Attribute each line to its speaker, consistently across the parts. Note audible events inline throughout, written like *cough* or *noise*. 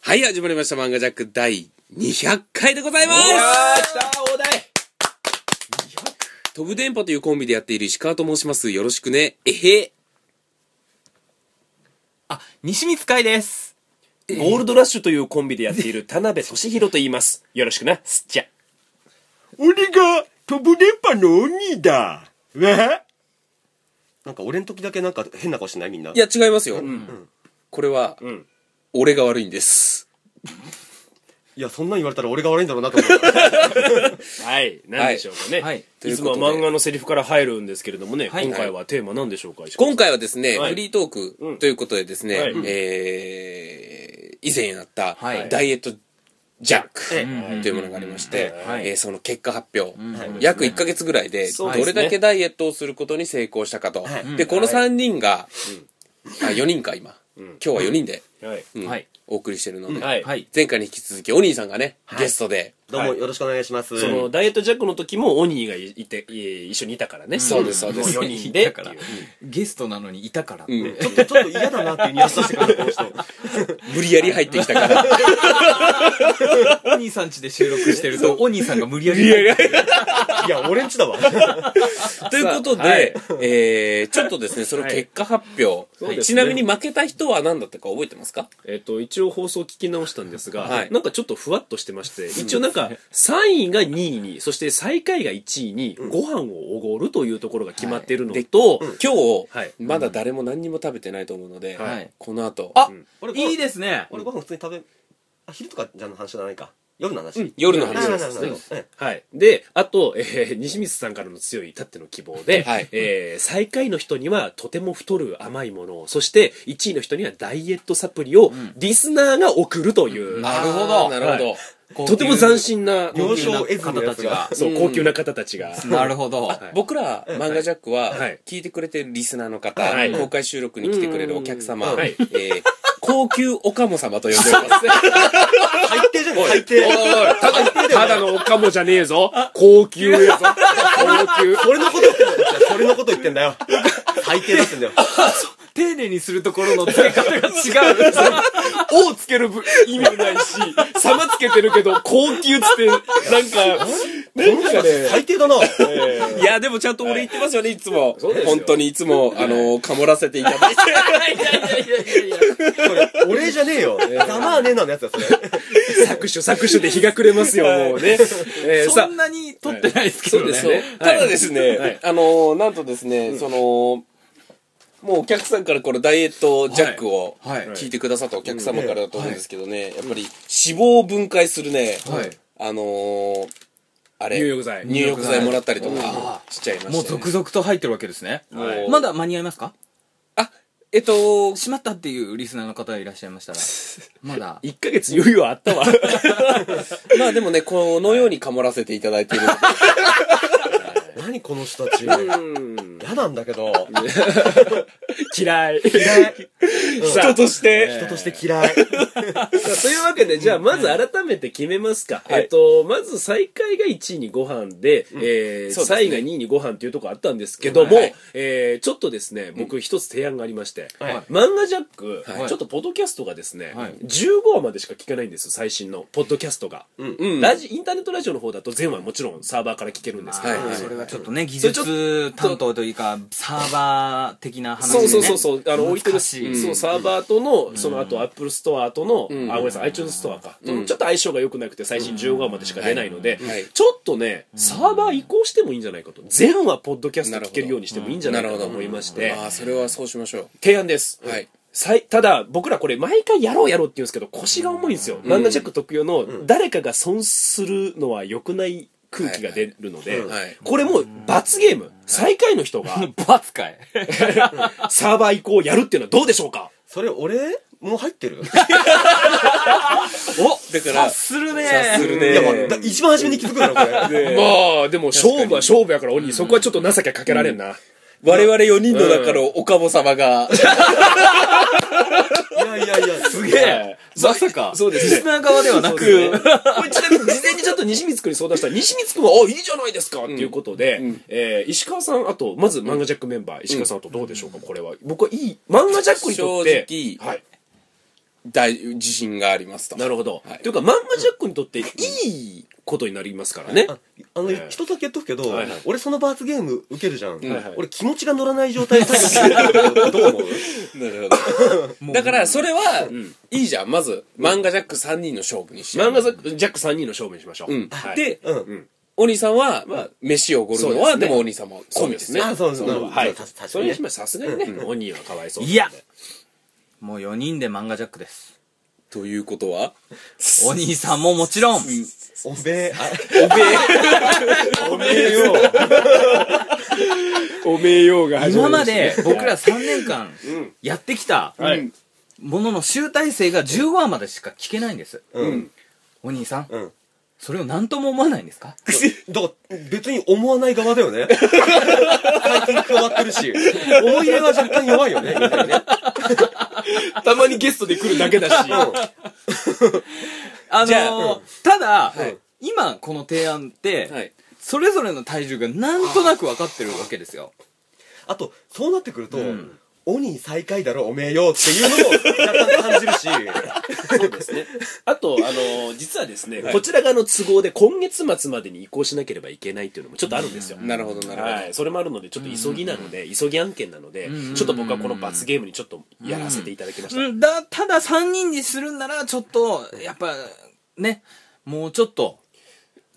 Speaker 1: はい、始まりました。漫画ジャック第200回でございま
Speaker 2: おー
Speaker 1: す
Speaker 2: 来たお題
Speaker 1: 飛ぶ電波というコンビでやっている石川と申します。よろしくね。えへ。。
Speaker 3: あ、西光海です。
Speaker 2: ゴールドラッシュというコンビでやってい *laughs* る田辺俊弘と言います。よろしくな、すっちゃ。
Speaker 4: 俺が飛ぶ電波の鬼だ。えなんか俺の時だけなんか変な顔してないみんない
Speaker 1: や、違いますよ。これは、
Speaker 2: ん
Speaker 1: 俺が悪いんです。
Speaker 4: いや、そんなん言われたら俺が悪いんだろうなと思って。
Speaker 2: はい、何でしょうかね。
Speaker 3: はい
Speaker 2: い。つもは漫画のセリフから入るんですけれどもね、
Speaker 3: はい
Speaker 2: 今回はテーマ何でしょうか、石川さん
Speaker 1: 今回はですね、
Speaker 2: はい
Speaker 1: フリートークということでですね、
Speaker 2: はい
Speaker 1: えー、以前やった、
Speaker 3: はい
Speaker 1: ダイエットジャック
Speaker 4: え
Speaker 1: というものがありまして、
Speaker 3: はい
Speaker 1: えーその結果発表、
Speaker 3: ん
Speaker 1: 約1ヶ月ぐらいで、
Speaker 2: そ
Speaker 1: ど
Speaker 2: うです
Speaker 1: れ
Speaker 2: ね
Speaker 1: だけダイエットをすることに成功したかと。で、この3人が、あ、4人か今。今日は4人で、
Speaker 2: はい。
Speaker 1: うん
Speaker 3: はい
Speaker 1: お送りしてるので、
Speaker 2: はい。
Speaker 3: はい。
Speaker 1: 前回に引き続きお兄さんがね、ゲストで、
Speaker 4: どうもよろしくお願いします。
Speaker 2: その、ダイエットジャックの時も、オニーがいいて、い一緒にいたからね。
Speaker 1: そうですそうです
Speaker 2: 4人で。
Speaker 3: いたからゲストなのにいたから。
Speaker 1: うん
Speaker 4: ちょっと、ちょっと嫌だなっていうニュアンス出してくるこの人。
Speaker 1: 無理やり入ってきたから、
Speaker 3: お兄さん家で収録してると、お兄さんが無理や
Speaker 1: 無理や
Speaker 3: り。
Speaker 1: り入ってきたから
Speaker 4: いや、俺んちだわ。
Speaker 1: ということで、
Speaker 2: はい
Speaker 1: えー、ちょっと
Speaker 2: *laughs*
Speaker 1: ですね、その結果発表、
Speaker 2: そうですね
Speaker 1: ちなみに負けた人は何だったか覚えてますか
Speaker 2: えっと、一応放送聞き直したんですが、
Speaker 1: はい
Speaker 2: なんかちょっとふわっとしてまして、一応なんか、3位が2位に、そして最下位が1位に、ご飯をおごるというところが決まってるのと、
Speaker 1: 今日、
Speaker 2: はい
Speaker 1: まだ誰も何にも食べてないと思うので、
Speaker 3: はい
Speaker 1: この後、
Speaker 3: あ
Speaker 4: 俺、
Speaker 3: いいですね。
Speaker 4: *laughs* 俺ご飯普通に食べ、あ、昼とかじゃの話じゃないか。夜の話。
Speaker 1: 夜の
Speaker 4: あな
Speaker 1: 話で
Speaker 4: るほど
Speaker 1: す。
Speaker 4: なるほどえ
Speaker 2: はい。で、あと、えー *laughs* 西光さんからの強いたっての希望で、
Speaker 1: はい
Speaker 2: えー最下位の人にはとても太る甘いものを、そして1位の人にはダイエットサプリをリスナーが送るという、
Speaker 1: なるほど。なるほど。
Speaker 2: とても斬新な、
Speaker 3: 高
Speaker 4: え幼
Speaker 3: 級な
Speaker 4: 少絵図の
Speaker 3: 方
Speaker 4: や
Speaker 3: た
Speaker 4: つ
Speaker 3: ち
Speaker 4: が
Speaker 3: が。。
Speaker 2: そう、高級な方たちが。
Speaker 3: なるほど。
Speaker 1: 僕ら、漫画ジャックは、
Speaker 2: はい
Speaker 1: 聞いてくれてるリスナーの方、
Speaker 2: はい
Speaker 1: 公開収録に来てくれるお客様、
Speaker 2: うんはい
Speaker 1: えー、高級おかも様と呼んでおります。
Speaker 4: 最低じゃん、最
Speaker 2: *laughs* おい
Speaker 4: 低。
Speaker 2: おいただただのおかもじゃねえぞ。高級
Speaker 1: *laughs*
Speaker 2: やぞ。高級。
Speaker 4: 俺のこと言ってんだよ、こっちは。俺のこと言ってんだよ。最低だってんだよ。
Speaker 3: 丁寧にするところ *laughs* の付け方が違う。
Speaker 2: おをつけるぶ意味もないし、様つけてるけど、高級っつって、なんか、なんかね、
Speaker 4: 最低だな。
Speaker 1: いや、でもちゃんと俺言ってますよね、いつも。
Speaker 2: そうですよ
Speaker 1: 本当にいつも、あの、
Speaker 2: *laughs*
Speaker 1: かもらせていただいて。
Speaker 4: それ、お礼じゃねえよ。ざまあねえなのやつだ、それ。
Speaker 2: *laughs* 搾取搾取で日が暮れますよ、もうね。えー
Speaker 3: そ
Speaker 2: さ
Speaker 3: んなに撮ってないですけ
Speaker 1: そう
Speaker 3: ど
Speaker 1: で
Speaker 3: ね。
Speaker 1: すね。ただですね、
Speaker 2: *laughs* はい
Speaker 1: あのーなんとですね、その、もうお客さんからこのダイエットジャックを
Speaker 3: はい
Speaker 1: 聞いてくださったお客様からだと思うんですけどね、やっぱり脂肪を分解するね、
Speaker 3: はい
Speaker 1: あのーあれ、
Speaker 2: 入浴剤
Speaker 1: 入浴剤もらったりと
Speaker 3: うん
Speaker 1: かしちゃいました、ね。
Speaker 3: もう続々と入ってるわけですね。
Speaker 1: もう
Speaker 3: まだ間に合いますか
Speaker 1: あ、えっと、
Speaker 3: しまったっていうリスナーの方がいらっしゃいましたら。まだ。
Speaker 2: 1ヶ月余裕はあったわ。 *laughs*
Speaker 1: まあでもね、このようにかもらせていただいてい *laughs* るので、
Speaker 4: 何この人たち。嫌なんだけど。
Speaker 2: 嫌い。 *laughs*
Speaker 4: 嫌い。
Speaker 2: さ
Speaker 1: 人
Speaker 2: あ
Speaker 1: として、
Speaker 4: 人として嫌い。
Speaker 2: さあ *laughs* というわけで、じゃあ、まず改めて決めますか。
Speaker 1: はい
Speaker 2: えっと、まず最下位が1位にご飯で、えー
Speaker 1: そうですね
Speaker 2: 3位が2位にご飯というとこあったんですけども、
Speaker 1: はい
Speaker 2: えーちょっとですね、僕一つ提案がありまして、
Speaker 4: はい
Speaker 2: 漫画ジャック、
Speaker 1: はい
Speaker 2: ちょっとポッドキャストがですね、
Speaker 3: はい
Speaker 2: 15話までしか聞けないんですよ、最新のポッドキャストが。
Speaker 1: うん
Speaker 2: ラジインターネットラジオの方だと全話もちろんサーバーから聞けるんですけど、
Speaker 1: はいはい
Speaker 3: それがちょっとね、技術担当というか、サーバー的な話で
Speaker 2: そう
Speaker 3: ね。
Speaker 2: そうそうそう、あの、置いてる、
Speaker 3: 難
Speaker 2: そ
Speaker 3: し
Speaker 2: う
Speaker 3: い
Speaker 2: サーバーとの、その後、アップルストアとの、
Speaker 1: ん
Speaker 2: あ、ごめんなさい、iTunes ストアか。そのちょっと相性が良くなくて、最新15話までしか出ないので
Speaker 1: うんはい、
Speaker 2: ちょっとね、サーバー移行してもいいんじゃないかと。全話、ポッドキャスト聞けるようにしてもいいんじゃないかと思いまして、
Speaker 1: ああ、それはそうしましょう。
Speaker 2: 提案です。
Speaker 1: はい
Speaker 2: さいただ、僕らこれ毎回やろうやろうって言うんですけど、腰が重いんですよ。漫画チェック特有の、誰かが損するのは良くない空気が出るので
Speaker 1: はいはいはい、
Speaker 2: これもう罰ゲーム。最下位の
Speaker 3: *laughs*
Speaker 2: 人が、
Speaker 3: 罰かい。
Speaker 2: サーバー移行をやるっていうのはどうでしょうか
Speaker 4: それ俺もう入ってる
Speaker 1: だから、
Speaker 3: するね
Speaker 1: 察するね
Speaker 4: いや、まあ、だ一番初めに気づくだろ、これ。
Speaker 2: まあ、でも勝負は勝負やから、鬼、そこはちょっと情けかけられんな。
Speaker 1: 我々4人の中のおかぼ様が、
Speaker 4: いやいやいや、すげ
Speaker 3: え
Speaker 4: え。
Speaker 3: えまさか。
Speaker 2: そうですね
Speaker 3: リスナー側ではなく、
Speaker 2: これちなみに事前にちょっと西光くんに相談したら、西光くんは、あ、いいじゃないですかっていうことで、えー石川さん、あと、まず漫画ジャックメンバー、石川さんあとどうでしょうか、これは。僕はいい、漫画ジャックにとって、
Speaker 1: 正直
Speaker 2: はい。
Speaker 1: 大自信がありますと
Speaker 2: なるほど、
Speaker 1: はい
Speaker 2: というかまんまジャックにとっていいことになりますからね、
Speaker 4: ああの、
Speaker 2: ええ
Speaker 4: 一つだけ言っとくけど、
Speaker 2: はいはい
Speaker 4: 俺その罰ゲーム受けるじゃん、
Speaker 2: はい
Speaker 4: 俺気持ちが乗らない状態で作業してるんだけどどう思う
Speaker 1: なるほ
Speaker 2: *laughs*
Speaker 1: どだからそれは、いいじゃんまず漫画ジャック3人の勝負にしよう
Speaker 2: 漫画ジャックジャック3人の勝負にしましょう、
Speaker 1: うん
Speaker 2: はい
Speaker 1: で、
Speaker 4: うん
Speaker 1: お兄さんは、まあ、飯をおごるの
Speaker 2: そう
Speaker 1: は、
Speaker 2: で
Speaker 1: です
Speaker 2: ね
Speaker 1: もお兄さんも込みですね。
Speaker 4: あそうそうそう
Speaker 2: はい
Speaker 4: た確かにね
Speaker 2: それにしまさすがにね、鬼はかわいそう
Speaker 3: いやもう4人で漫画ジャックです
Speaker 1: ということは、
Speaker 3: お兄さんももちろん
Speaker 4: おめえあ *laughs*
Speaker 2: おめえよおめえようが始ま
Speaker 3: 今ま
Speaker 2: りし
Speaker 3: で
Speaker 2: た
Speaker 3: 僕ら3年間やってきた
Speaker 2: はい
Speaker 3: ものの集大成が15話までしか聞けないんです
Speaker 4: うん
Speaker 3: お兄さん
Speaker 4: うん
Speaker 3: それを何とも思わないんですか
Speaker 4: *laughs* だから別に思わない側だよね最近加わってるし思い入れが若干弱いよねみたいなね
Speaker 2: たまにゲストで来るだけだし
Speaker 3: あの
Speaker 1: じゃあ
Speaker 3: ーただ、
Speaker 1: い
Speaker 3: 今この提案って、
Speaker 1: はい。
Speaker 3: それぞれの体重がなんとなく分かってるわけですよ。
Speaker 4: あとそうなってくると、
Speaker 3: ん
Speaker 4: 鬼最下位だろおめえよっていうのも若干感じるし
Speaker 2: *laughs* そうですね。あと、あの、実はですね、こちら側の都合で今月末までに移行しなければいけないっていうのもちょっとあるんですよ。
Speaker 1: なるほど、なるほど。
Speaker 2: はい、それもあるのでちょっと急ぎなので、急ぎ案件なので、
Speaker 3: んうん
Speaker 2: ちょっと僕はこの罰ゲームにちょっとやらせていただきました、
Speaker 3: うんだただ3人にするんならちょっとやっぱねもうちょっと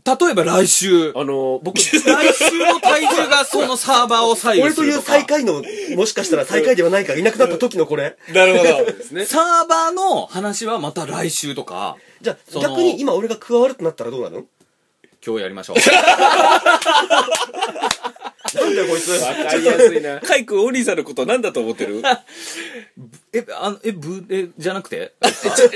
Speaker 3: 例えば来週
Speaker 2: あの僕
Speaker 3: 来週の体重がそのサーバーを左右
Speaker 4: 俺
Speaker 3: す
Speaker 4: とい
Speaker 3: る
Speaker 4: う
Speaker 3: とか
Speaker 4: 最下位のもしかしたら最下位ではないからいなくなった時のこれ
Speaker 1: な *laughs* るほど。ですね。
Speaker 3: サーバーの話はまた来週とか
Speaker 4: じゃあ
Speaker 3: その
Speaker 4: 逆に今俺が加わるとなったらどうなの
Speaker 3: 今日やりましょう
Speaker 4: なんだよこいつ
Speaker 2: わかりやすいな
Speaker 1: カイ君、お兄さんのことなんだと思ってる
Speaker 3: えあのえぶえじゃなくて
Speaker 1: 違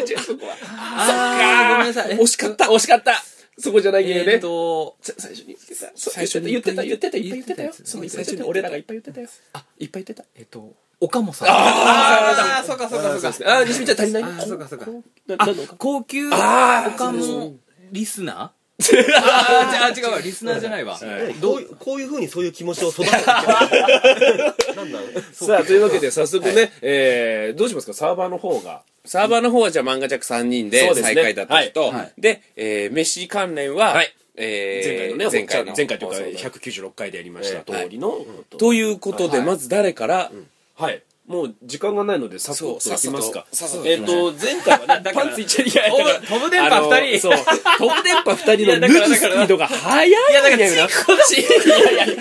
Speaker 1: う違う、そこは。
Speaker 3: あーごめんなさいえ
Speaker 1: 惜しかった、惜しかった。そこじゃないけど
Speaker 3: えーっ
Speaker 1: ね。
Speaker 3: と
Speaker 2: さ最初に言ってたそう
Speaker 1: 最初に
Speaker 2: 言ってた
Speaker 1: 言
Speaker 2: 言
Speaker 1: っ
Speaker 2: ってて
Speaker 1: た
Speaker 2: たいっぱい言ってた
Speaker 1: 言
Speaker 2: よ
Speaker 1: ってた
Speaker 2: そういっぱい言
Speaker 1: 最初に言って
Speaker 2: ってた
Speaker 1: た
Speaker 2: 俺らがいっぱい言ってたよあいっぱい言ってた
Speaker 3: えっと岡本さんああそうかそうかそうか
Speaker 2: あ西見ちゃん足りない
Speaker 3: あーそうかそうか
Speaker 2: な
Speaker 3: あ
Speaker 2: なんのか、
Speaker 3: 高級
Speaker 1: あー
Speaker 3: 他のリスナーあーじゃあ違うわリスナーじゃないわ
Speaker 2: はい
Speaker 4: どうこういうふうにそういう気持ちを育てていけないなんなん
Speaker 2: さあというわけで早速ね、えーどうしますかサーバーの方が
Speaker 1: サーバーの方はじゃあ漫画ジャック3人
Speaker 2: そ
Speaker 1: で
Speaker 2: うですね
Speaker 1: 最下位だった人。
Speaker 2: は
Speaker 1: で
Speaker 2: いはい
Speaker 1: えー飯関連は、
Speaker 2: はい
Speaker 1: えー
Speaker 2: 前
Speaker 1: 前
Speaker 2: 回
Speaker 1: 回
Speaker 2: の
Speaker 1: の
Speaker 2: ね前回と
Speaker 1: 放
Speaker 2: い
Speaker 1: 送
Speaker 2: う
Speaker 1: だ
Speaker 2: か196回でやりました
Speaker 4: え
Speaker 1: え
Speaker 2: 通りの、
Speaker 1: ということで、
Speaker 2: はい
Speaker 1: まず誰から、
Speaker 2: はいもう時間がないのでサクッと
Speaker 1: そう
Speaker 2: いきますか
Speaker 1: さっさと
Speaker 2: えっ、と前回はねパンツいっちゃいやいやだから
Speaker 3: 飛ぶ電波二人
Speaker 2: あのそう飛ぶ電波二人の
Speaker 3: やだ
Speaker 2: 脱
Speaker 3: から
Speaker 2: ぐスピードが速いんだよないやだからいやいや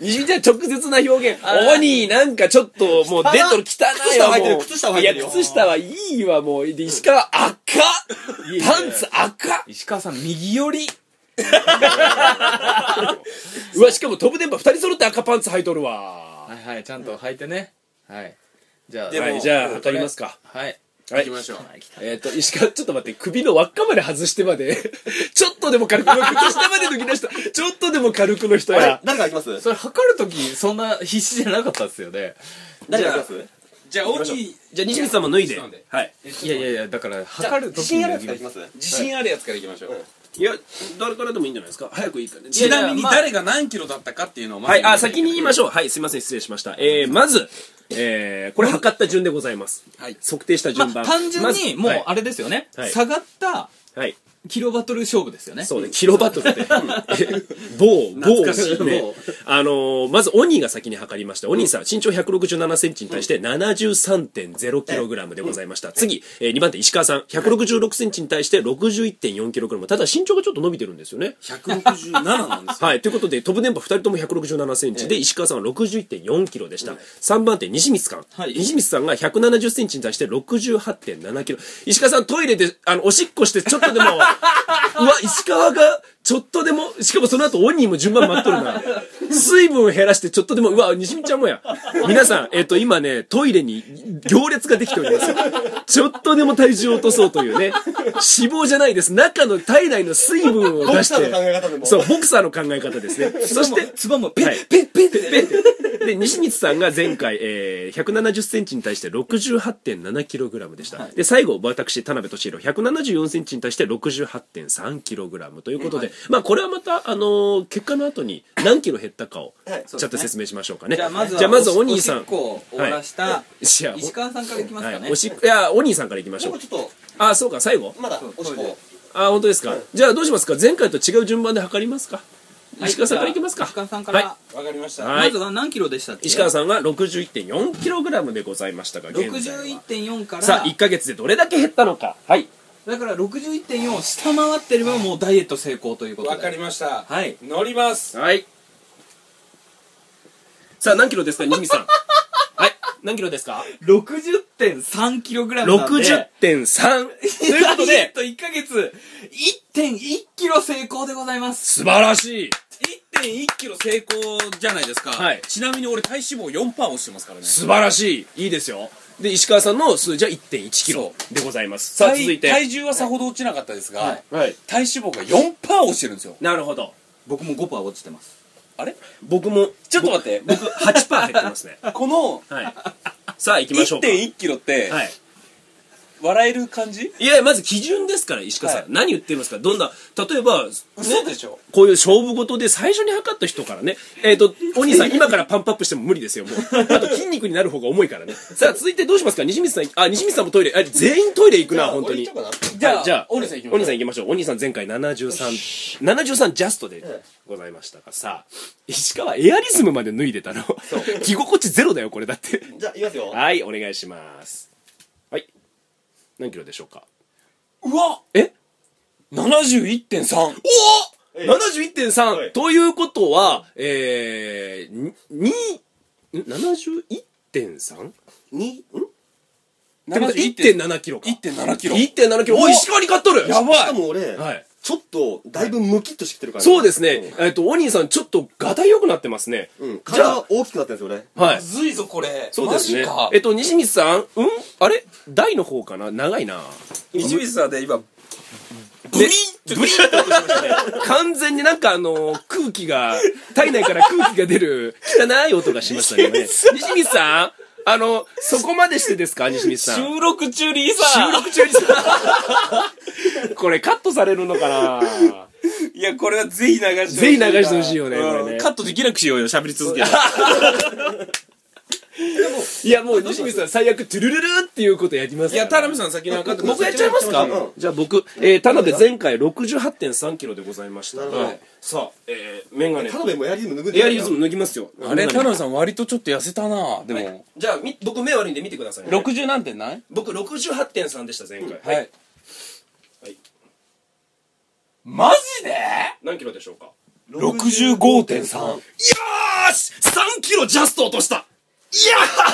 Speaker 2: 西見ちゃん直接な表現「鬼なんかちょっともうデッドの汚い
Speaker 4: 下は
Speaker 2: わ
Speaker 4: 履いてる
Speaker 2: もう
Speaker 4: 靴下は履いてる
Speaker 2: い
Speaker 4: よ
Speaker 2: や靴下はいいわもうで石川赤っパンツ赤っ
Speaker 3: 石川さん右寄り
Speaker 2: うわしかも飛ぶ電波二人揃って赤パンツ履いとるわ
Speaker 3: はいはいちゃんと履いてねはいじゃあ
Speaker 1: でも
Speaker 2: はいじゃあ測りますか
Speaker 3: はい
Speaker 2: はい
Speaker 1: 行きましょう。
Speaker 2: えっ、と、石川、ちょっと待って、首の輪っかまで *laughs* 外してまで、ちょっとでも軽くの靴下まで抜き出した、ちょっとでも軽くの人
Speaker 4: あれ
Speaker 2: や。
Speaker 4: 誰が行きます
Speaker 3: それ測るときそんな必死じゃなかったっすよね
Speaker 4: 誰が行きます
Speaker 1: じゃあ、鬼、
Speaker 2: じゃあ、西光さんも脱い
Speaker 1: ち
Speaker 2: で。
Speaker 1: ょっと待っ
Speaker 2: はい。
Speaker 3: いやいやいやだから測るとき
Speaker 4: 自信あるやつが行きます
Speaker 1: 自信あるやつからいきましょう。
Speaker 2: いや、誰からでもいいんじゃないですか。早くいいからね。
Speaker 1: ちなみに
Speaker 3: まあ
Speaker 1: 誰が何キロだったかっていうのをまず
Speaker 2: はい、あ、先に言いましょう。はい、すいません、失礼しました。えー、まず、えー、これ測った順でございます。
Speaker 1: はい
Speaker 2: 測定した順
Speaker 3: まあ
Speaker 2: 番。
Speaker 3: 単純
Speaker 2: まず
Speaker 3: にもう
Speaker 2: はい
Speaker 3: あれですよね
Speaker 2: はい
Speaker 3: 下がった
Speaker 2: はい。
Speaker 3: キロバトル勝負ですよね
Speaker 2: そうね、キロバトルって。某、某、
Speaker 1: 懐かしい
Speaker 2: ね
Speaker 1: 某。
Speaker 2: あのーまず、オニーが先に測りました。オニーさん、身長167センチに対して73.0キログラムでございました。次、えー、2番手、石川さん、166センチに対して61.4キログラム。ただ、身長がちょっと伸びてるんですよね。
Speaker 1: 167なんですよ
Speaker 2: はい。ということで、飛ぶ電波2人とも167センチで、石川さんは61.4キロでした。3番手、西光さん。
Speaker 3: はい
Speaker 2: 西光さんが170センチに対して68.7キロ。石川さん、トイレで、あの、おしっこして、ちょっとでも、うわ、石川が、ちょっとでも、しかもその後、オニーも順番待っとるな。水分減らして、ちょっとでも、うわ、西光ちゃんもや。皆さん、えっ、と、今ね、トイレに行列ができております。ちょっとでも体重を落とそうというね。脂肪じゃないです。中の体内の水分を出して。
Speaker 4: ボクサーの考え方でも
Speaker 2: そう、ボクサーの考え方ですね。そして、
Speaker 3: つばもペ
Speaker 2: は
Speaker 3: ッ
Speaker 2: い
Speaker 3: ペッペッペッ
Speaker 2: で、西光さんが前回、えー、170センチに対して68.7キログラムでした。で、最後、私、田辺俊弘、174センチに対して68.3キログラムということで、まあ、これはまた、あのー結果の後に何キロ減っったかを、
Speaker 4: はい
Speaker 2: ちょっと説明しましょうかね
Speaker 3: じゃあまずは
Speaker 2: じゃあまずお兄さん
Speaker 3: おしっこを終わらした
Speaker 2: いや
Speaker 3: 石川さんからいきますかね、
Speaker 2: はい、おしっこいやお兄さんからいきまし
Speaker 4: で
Speaker 2: ょ
Speaker 4: も
Speaker 2: う
Speaker 4: ちょっ
Speaker 2: あそうか最後
Speaker 4: とまだ
Speaker 3: そう
Speaker 4: おしっこ
Speaker 2: あ本当ですか、じゃあどうしますか前回と違う順番で測りますか
Speaker 3: はい
Speaker 2: 石川さんからいきますか
Speaker 3: 石川さんから、
Speaker 2: は
Speaker 1: わかりまし
Speaker 2: い、
Speaker 1: た
Speaker 2: は
Speaker 3: ま
Speaker 2: い
Speaker 3: ずは何キロでしたっけ
Speaker 2: 石川さんが 61.4kg でございましたが現在は
Speaker 3: 61.4から
Speaker 2: さあ1ヶ月でどれだけ減ったのかはい
Speaker 3: だから61.4を下回ってればもうダイエット成功ということで
Speaker 1: わかりました
Speaker 3: はい
Speaker 1: 乗ります
Speaker 2: はいさあ何キロですか西光 *laughs* さんはい何キロですか
Speaker 3: 60.3キログラムなんで
Speaker 2: 60.3と *laughs* いうこと
Speaker 3: ダイエッ
Speaker 2: で
Speaker 3: ト1ヶ月1.1キロ成功でございます
Speaker 2: 素晴らしい
Speaker 1: 1.1キロ成功じゃないですか、
Speaker 2: はい
Speaker 1: ちなみに俺体脂肪4%落ちてますからね
Speaker 2: 素晴らしいいいですよで石川さんの数字は1 1キロでございますさあ
Speaker 1: 体
Speaker 2: 続いて
Speaker 1: 体重はさほど落ちなかったですが、
Speaker 3: はい
Speaker 2: はい
Speaker 1: 体脂肪が4%落ちてるんですよ
Speaker 2: なるほど
Speaker 3: 僕も5%落ちてます
Speaker 1: あれ
Speaker 2: 僕も
Speaker 1: ちょっと待って
Speaker 2: 僕8%減ってますね
Speaker 1: *laughs* この
Speaker 2: *laughs* はいさあ行きましょうか
Speaker 1: 1.1キロって、
Speaker 2: はい
Speaker 1: 笑える感じ
Speaker 2: いやまず基準ですから石川さん、
Speaker 1: はい
Speaker 2: 何言ってますかどんな例えば、ね
Speaker 1: 嘘でしょ
Speaker 2: こういう勝負事で最初に測った人からねえっ、とお兄さん今からパンプアップしても無理ですよもうあと筋肉になる方が重いからねさあ続いてどうしますか西光さんあ西光さんもトイレあ全員トイレ行くな本当に
Speaker 4: 俺行っちゃおうか
Speaker 1: じゃあ
Speaker 2: じゃあ
Speaker 1: お兄さんいきましょう
Speaker 2: お兄さん行きましょうお兄さん前回7373ジャストでございましたがさあ石川エアリズムまで脱いでたの着心地ゼロだよこれだって
Speaker 4: なじゃあいきますよ
Speaker 2: はいお願いしますはい何キロでしょうか
Speaker 1: うわ
Speaker 2: え
Speaker 1: 71.3
Speaker 2: お
Speaker 4: ええ
Speaker 2: お !71.3!、
Speaker 4: はい
Speaker 2: ということは、えー、に、にん 71.3?
Speaker 4: に
Speaker 2: ってことは1.7キロか。
Speaker 1: 1.7キロ
Speaker 2: 1.7キロ。おい、石川に勝っとる
Speaker 1: やばい
Speaker 4: しかも俺
Speaker 2: はい
Speaker 4: ちょっとだいぶムキッとしてきてるから
Speaker 2: そうですね。えっ、と、お兄さん、ちょっと、がたい良くなってますね。
Speaker 4: うん
Speaker 2: じ
Speaker 4: 体
Speaker 2: ゃあ
Speaker 4: が、大きくなったんですよ俺
Speaker 2: はい。
Speaker 1: ずいぞこれ
Speaker 2: そうですね
Speaker 1: マジか。
Speaker 2: えっと、西光さん、うんあれ台の方かな長いな。
Speaker 1: 西水さんで今
Speaker 2: ブリンブリンって音しましたね。完全になんかあのー空気が、体内から空気が出る汚い音がしましたね。今ね西光さんあの、そこまでしてですか西光さん。収
Speaker 3: 録中リー
Speaker 2: 録中にさ。これカットされるのかない
Speaker 1: やこれはぜひ流してほしい
Speaker 2: ぜひ流してほしいよね、こ
Speaker 1: うん
Speaker 2: れね。
Speaker 1: カットできなくしようよ喋り続けて
Speaker 2: いや、もう西光さん最悪、トゥルルルーっていうことやります
Speaker 1: い
Speaker 2: から
Speaker 1: や田辺さん先に分かってくだ
Speaker 2: 僕
Speaker 1: さ
Speaker 2: や
Speaker 1: い
Speaker 2: っちゃいますか、
Speaker 4: うん
Speaker 2: じゃあ僕、えー、田辺前回68.3キロでございました
Speaker 4: なるほど
Speaker 2: はいさあ、えー、メガネ
Speaker 4: 田辺もエアリズム脱ぐんだ
Speaker 2: エ
Speaker 4: よ
Speaker 2: アリズム脱ぎますよ
Speaker 1: あれ田
Speaker 2: メガネ
Speaker 1: 辺さん割とちょっと痩せたなでも
Speaker 2: じゃあみ僕目悪いんで見てください、ね、
Speaker 1: 60なんてない
Speaker 2: 僕68.3でした前回、
Speaker 1: はい、
Speaker 2: はい
Speaker 1: マジで
Speaker 2: 何キロでしょうかよ
Speaker 1: ?65.3
Speaker 2: ーし3キロジャスト落としたいや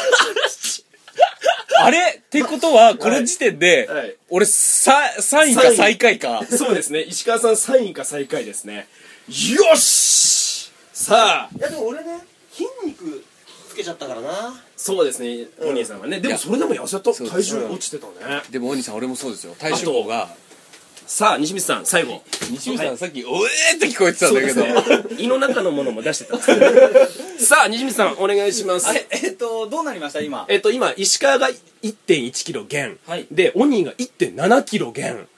Speaker 1: あれってことはこの時点で、
Speaker 2: はい
Speaker 1: 俺さ3位か最下位か
Speaker 2: ーそ
Speaker 1: *laughs*
Speaker 2: うですね石川さん3位か最下位ですねよしさあ
Speaker 4: いやでも俺ね筋肉つけちゃったからな
Speaker 2: そうですねお兄さんはねでもそれでも痩せた体重落ちてたね
Speaker 1: でもお兄さん俺もそうですよ体脂肪が
Speaker 2: さあ西光さん最後
Speaker 1: 西水さんさっき「おえ!」って聞こえてたんだけど、
Speaker 2: 胃の中のものも出してたんですね
Speaker 1: *laughs*
Speaker 2: さあ西光さんお願いします
Speaker 3: えっとどうなりました今
Speaker 2: えっと今石川が1.1キロ減、
Speaker 3: はい
Speaker 2: でオニーが1.7キロ減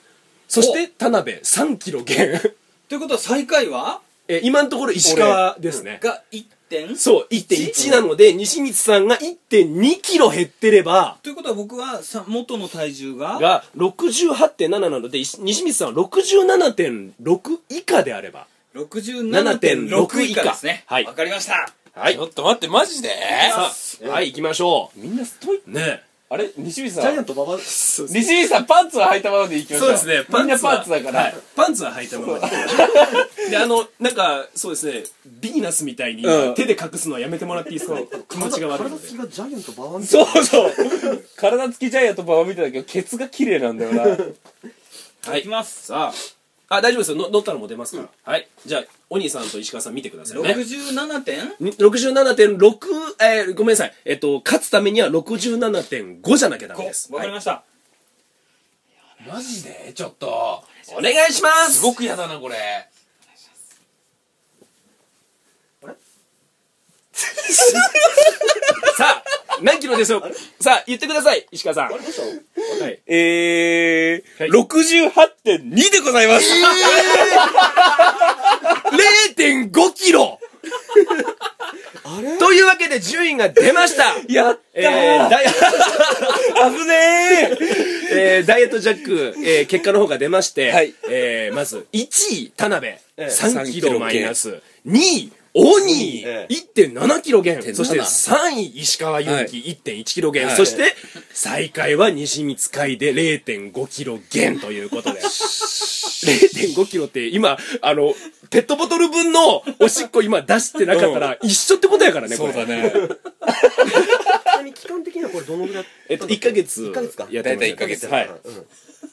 Speaker 2: そして田辺3キロ減 *laughs*
Speaker 3: ということは最下位は
Speaker 2: え今のところ石川ですね
Speaker 3: が1点
Speaker 2: そう1.1なので西光さんが1.2キロ減ってれば
Speaker 3: ということは僕はさ元の体重が
Speaker 2: が68.7なのでい西光さんは67.6以下であれば
Speaker 3: 67.6以下ですね
Speaker 2: はい
Speaker 3: わかりました
Speaker 2: はい
Speaker 1: ちょっと待ってマジで
Speaker 2: さあはい行きましょ
Speaker 1: みんなストイック
Speaker 2: うね
Speaker 1: あれ西水さ
Speaker 4: ジ
Speaker 1: ん
Speaker 4: ャイアント馬場
Speaker 1: 西水さんパンツは履いたままでいきましょう
Speaker 2: そうですね
Speaker 1: *laughs* みんなパンツだから、
Speaker 2: はいパンツは履いたままでであのなんかそうですねヴィーナスみたいに
Speaker 1: うん
Speaker 2: 手で隠すのはやめてもらっていいですか気持ちが悪いの
Speaker 4: 体
Speaker 2: で
Speaker 4: つきがジャイアント馬場みたい
Speaker 1: そうそう体つきジャイアントババ見てたけどケツが綺麗なんだよな
Speaker 2: はい
Speaker 3: いきます
Speaker 2: さああ大丈夫ですよの乗ったのも出ますから、はいじゃあお兄さんと石川さん見てくださいね
Speaker 3: 67点
Speaker 2: に67.6、えー、ごめんなさい、えっと、勝つためには67.5じゃなきゃダメです。
Speaker 3: わかり
Speaker 2: はい
Speaker 3: ました
Speaker 1: マジでちょっと
Speaker 2: お願いします
Speaker 1: すごく嫌だなこれ
Speaker 2: *laughs* さあ、何キロでしょうさあ、言ってください、石川さん。
Speaker 4: などうしたの
Speaker 2: はい。
Speaker 1: えー、
Speaker 2: はい
Speaker 1: 68.2でございます、
Speaker 2: 0.5キロ
Speaker 3: というわけで順位が出ました
Speaker 2: やっ
Speaker 3: えー、ダイ
Speaker 2: *laughs* 危
Speaker 1: *laughs*
Speaker 2: ねええーダイエットジャック、えー結果の方が出まして、
Speaker 1: はい
Speaker 2: えーまず1位田辺、3キ
Speaker 1: 3キ
Speaker 2: ロ
Speaker 1: ロ
Speaker 2: マイナス2位オニー
Speaker 4: ええ
Speaker 2: 1.7キロ減、そして
Speaker 1: 7
Speaker 2: 3位石川祐
Speaker 1: はい
Speaker 2: 希1.1キロ減、
Speaker 1: はい
Speaker 2: そして最下位は西光海で0.5キロ減とい
Speaker 1: *laughs*
Speaker 2: うことで0.5キロって今あのペットボトル分のおしっこ今出してなかったら一緒ってことやからねこれ
Speaker 1: ね。
Speaker 4: ちなみに期間的にはこれどのぐらい
Speaker 2: えっと1ヶ月
Speaker 4: 1ヶ月か
Speaker 2: やってま
Speaker 1: 大体
Speaker 2: し
Speaker 1: 1ヶ月
Speaker 2: はいう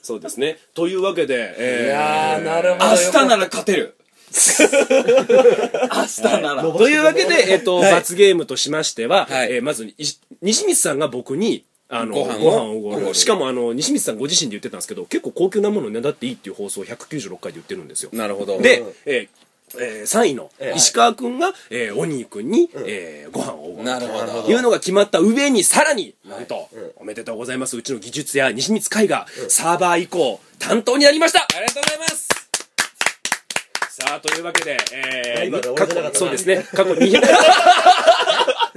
Speaker 2: そうですね。というわけで、えー
Speaker 1: *laughs* いやー、なるほど。
Speaker 3: 明日なら勝てる明日なら、
Speaker 2: というわけで、えっと、
Speaker 1: はい
Speaker 2: 罰ゲームとしましては、
Speaker 1: はい
Speaker 2: えーまず、い西光さんが僕に、あの、
Speaker 1: ご飯を
Speaker 2: おごる。しかも、あの、西光さんご自身で言ってたんですけど、結構高級なものねだっていいっていう放送を196回で言ってるんですよ。
Speaker 1: なるほど。
Speaker 2: で、えーえ3位の石川くんが、えー、お兄くんに、えーご飯をおごる。
Speaker 1: なるほど。
Speaker 2: いうのが決まった上にさらになんと、おめでとうございますうちの技術や西光海がサーバー以降担当になりました
Speaker 1: ありがとうございます。
Speaker 2: さあというわけで、え
Speaker 4: ライバル
Speaker 2: ー、
Speaker 4: が
Speaker 2: 過
Speaker 4: 俺じゃなかった
Speaker 2: 去そ
Speaker 4: な
Speaker 2: うですね過去200
Speaker 4: ん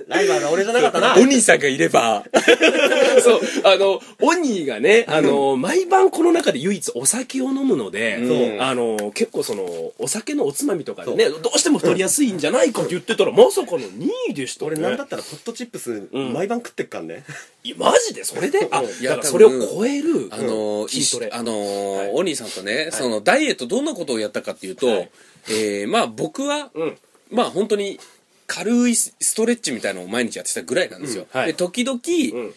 Speaker 4: ライバーが俺じゃなかったな
Speaker 1: お兄さんがいれば、
Speaker 2: *laughs* そう、あの、オニーがね、あの、毎晩この中で唯一お酒を飲むので、あの、結構その、お酒のおつまみとかでね、どうしても太りやすいんじゃないかって言ってたら、まさかの2位でしたね。
Speaker 4: 俺なんだったらポットチップス毎晩食ってっかんね
Speaker 2: いやマジでそれであ、
Speaker 1: い
Speaker 2: だ
Speaker 1: や
Speaker 2: からそれを超える、
Speaker 1: あの、
Speaker 2: 筋トレ
Speaker 1: 一緒。あの
Speaker 2: はい
Speaker 1: ー、お兄さんとね、その、ダイエットどんなことをやったかっていうと、えーまあ僕は
Speaker 2: ん、
Speaker 1: まあ本当に、軽いストレッチみたいのを毎日やってたぐらいなんですよ。
Speaker 2: はい
Speaker 1: で、時々、
Speaker 2: うん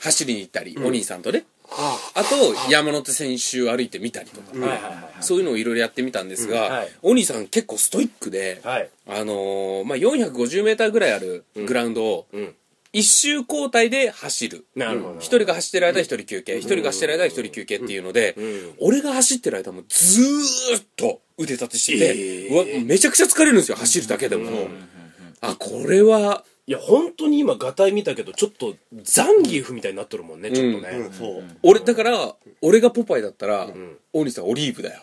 Speaker 1: 走りに行ったり、お兄さんとね。あと、山手線一周歩いてみたりとか、
Speaker 2: はいはいはいはい
Speaker 1: そういうのをいろいろやってみたんですが、
Speaker 2: うんはい
Speaker 1: お兄さん結構ストイックで、
Speaker 2: はい
Speaker 1: あのーまあ、450m ぐらいあるグラウンドを
Speaker 2: ん
Speaker 1: 一周交代で走る
Speaker 2: なるほど
Speaker 1: うん一人が走ってる間は一人休憩一、人が走ってる間は一人休憩っていうので、俺が走ってる間もずーっと腕立てしてて、
Speaker 2: え
Speaker 1: うわめちゃくちゃ疲れるんですよ走るだけでも、あこれはい
Speaker 2: や、本当に今、ガタイ見たけど、ちょっと、ザンギーフみたいになってるもんね、ちょっとね。
Speaker 4: うんそう
Speaker 1: 俺だから俺がポパイだったら、大西さんオリーブだよ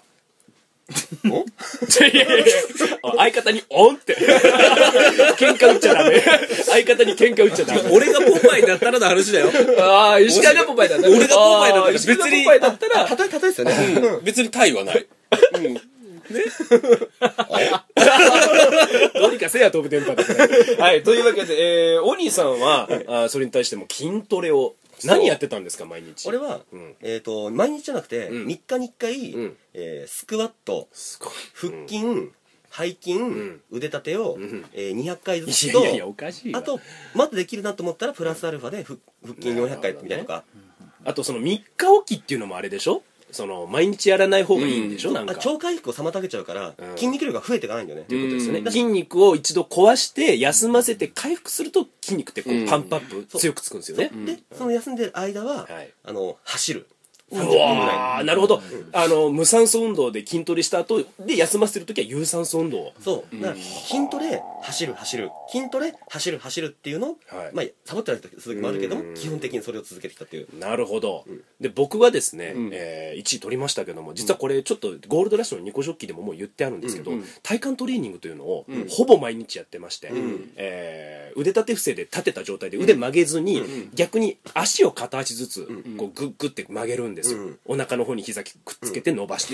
Speaker 2: いやいやいやあ相方にオンって。喧嘩打っちゃダメ。相方に喧嘩打っちゃダメ。
Speaker 1: 俺がポパイだったらの話だよ
Speaker 2: ああ、石川がポパイだったら。
Speaker 1: 俺がポパイだったら
Speaker 2: あー石川が
Speaker 1: 別に
Speaker 2: ポパイだったら、
Speaker 4: 例え例えですよね
Speaker 1: 別に対はない、うん、
Speaker 2: どうにかせや飛ぶ電波だから。 *laughs* はい、というわけで、えー、お兄さんは、あーそれに対しても筋トレを、何やってたんですか、毎日。
Speaker 4: 俺は
Speaker 2: ん
Speaker 4: えっと毎日じゃなくて
Speaker 2: ん
Speaker 4: 3日に1回
Speaker 2: うん
Speaker 4: えースクワット
Speaker 2: すごい。
Speaker 4: 腹筋背筋
Speaker 2: ん
Speaker 4: 腕立てをえー200回ずつ
Speaker 2: いや
Speaker 4: と
Speaker 2: いやいや、おかしいわ
Speaker 4: あとまだできるなと思ったらプラスアルファで腹腹筋400回みたいなとか
Speaker 2: あとその3日おきっていうのもあれでしょその、毎日やらない方がいいんでしょ、なんか。
Speaker 4: あ超回復を妨げちゃうから
Speaker 2: うん
Speaker 4: 筋肉量が増えていかないんだよね
Speaker 2: ということですよね
Speaker 1: うん
Speaker 2: だから筋肉を一度壊して休ませて回復すると筋肉ってこ
Speaker 1: う
Speaker 2: うんパンプアップ強くつくんですよね
Speaker 4: でその休んでる間は
Speaker 2: はい
Speaker 4: あの走る
Speaker 2: うわーなるほどあの無酸素運動で筋トレした後で休ませるときは有酸素運動
Speaker 4: そうだから筋トレ走る走る筋トレ走る走るっていうのを
Speaker 2: はい
Speaker 4: まあサボってない時もあるけども基本的にそれを続けてきたっていう
Speaker 2: なるほどで僕はですねえー1位取りましたけども実はこれちょっとゴールドラッシュのニコジョッキでももう言ってあるんですけど体幹トレーニングというのをほぼ毎日やってましてえー腕立て伏せで立てた状態で腕曲げずに逆に足を片足ずつこうグッグッて曲げるんですよ
Speaker 4: うん
Speaker 2: お腹の方に膝くっつけて伸ばして、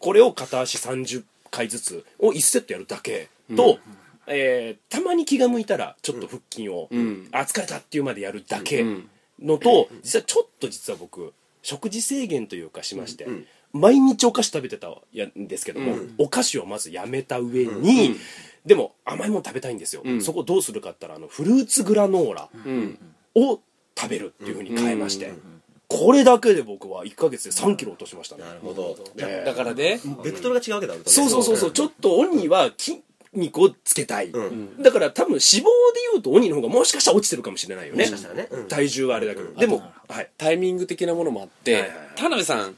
Speaker 2: これを片足30回ずつを1セットやるだけと、えーたまに気が向いたらちょっと腹筋を、
Speaker 1: ん
Speaker 2: あ疲れたっていうまでやるだけ
Speaker 1: ん
Speaker 2: のと、実はちょっと実は僕食事制限というかしまして、毎日お菓子食べてたやんですけども、お菓子をまずやめた上に、でも甘いもの食べたいんですよ、
Speaker 1: ん
Speaker 2: そこどうするかって言ったらあのフルーツグラノーラ、
Speaker 1: うん
Speaker 2: を食べるっていうふうに変えまして、これだけで僕は1ヶ月で3キロ落としましたね、
Speaker 4: なるほど
Speaker 2: ええ
Speaker 1: だからね
Speaker 4: ベクトルが違うわけだ俺とね
Speaker 2: そうそうそうそう、ちょっと鬼は筋肉をつけたい、だから多分脂肪で言うと鬼の方がもしかしたら落ちてるかもしれないよね
Speaker 4: もしかしたらねうん
Speaker 2: 体重はあれだけど、でもはい
Speaker 1: タイミング的なものもあって、
Speaker 2: はいはいはい
Speaker 1: 田辺さん、
Speaker 2: ん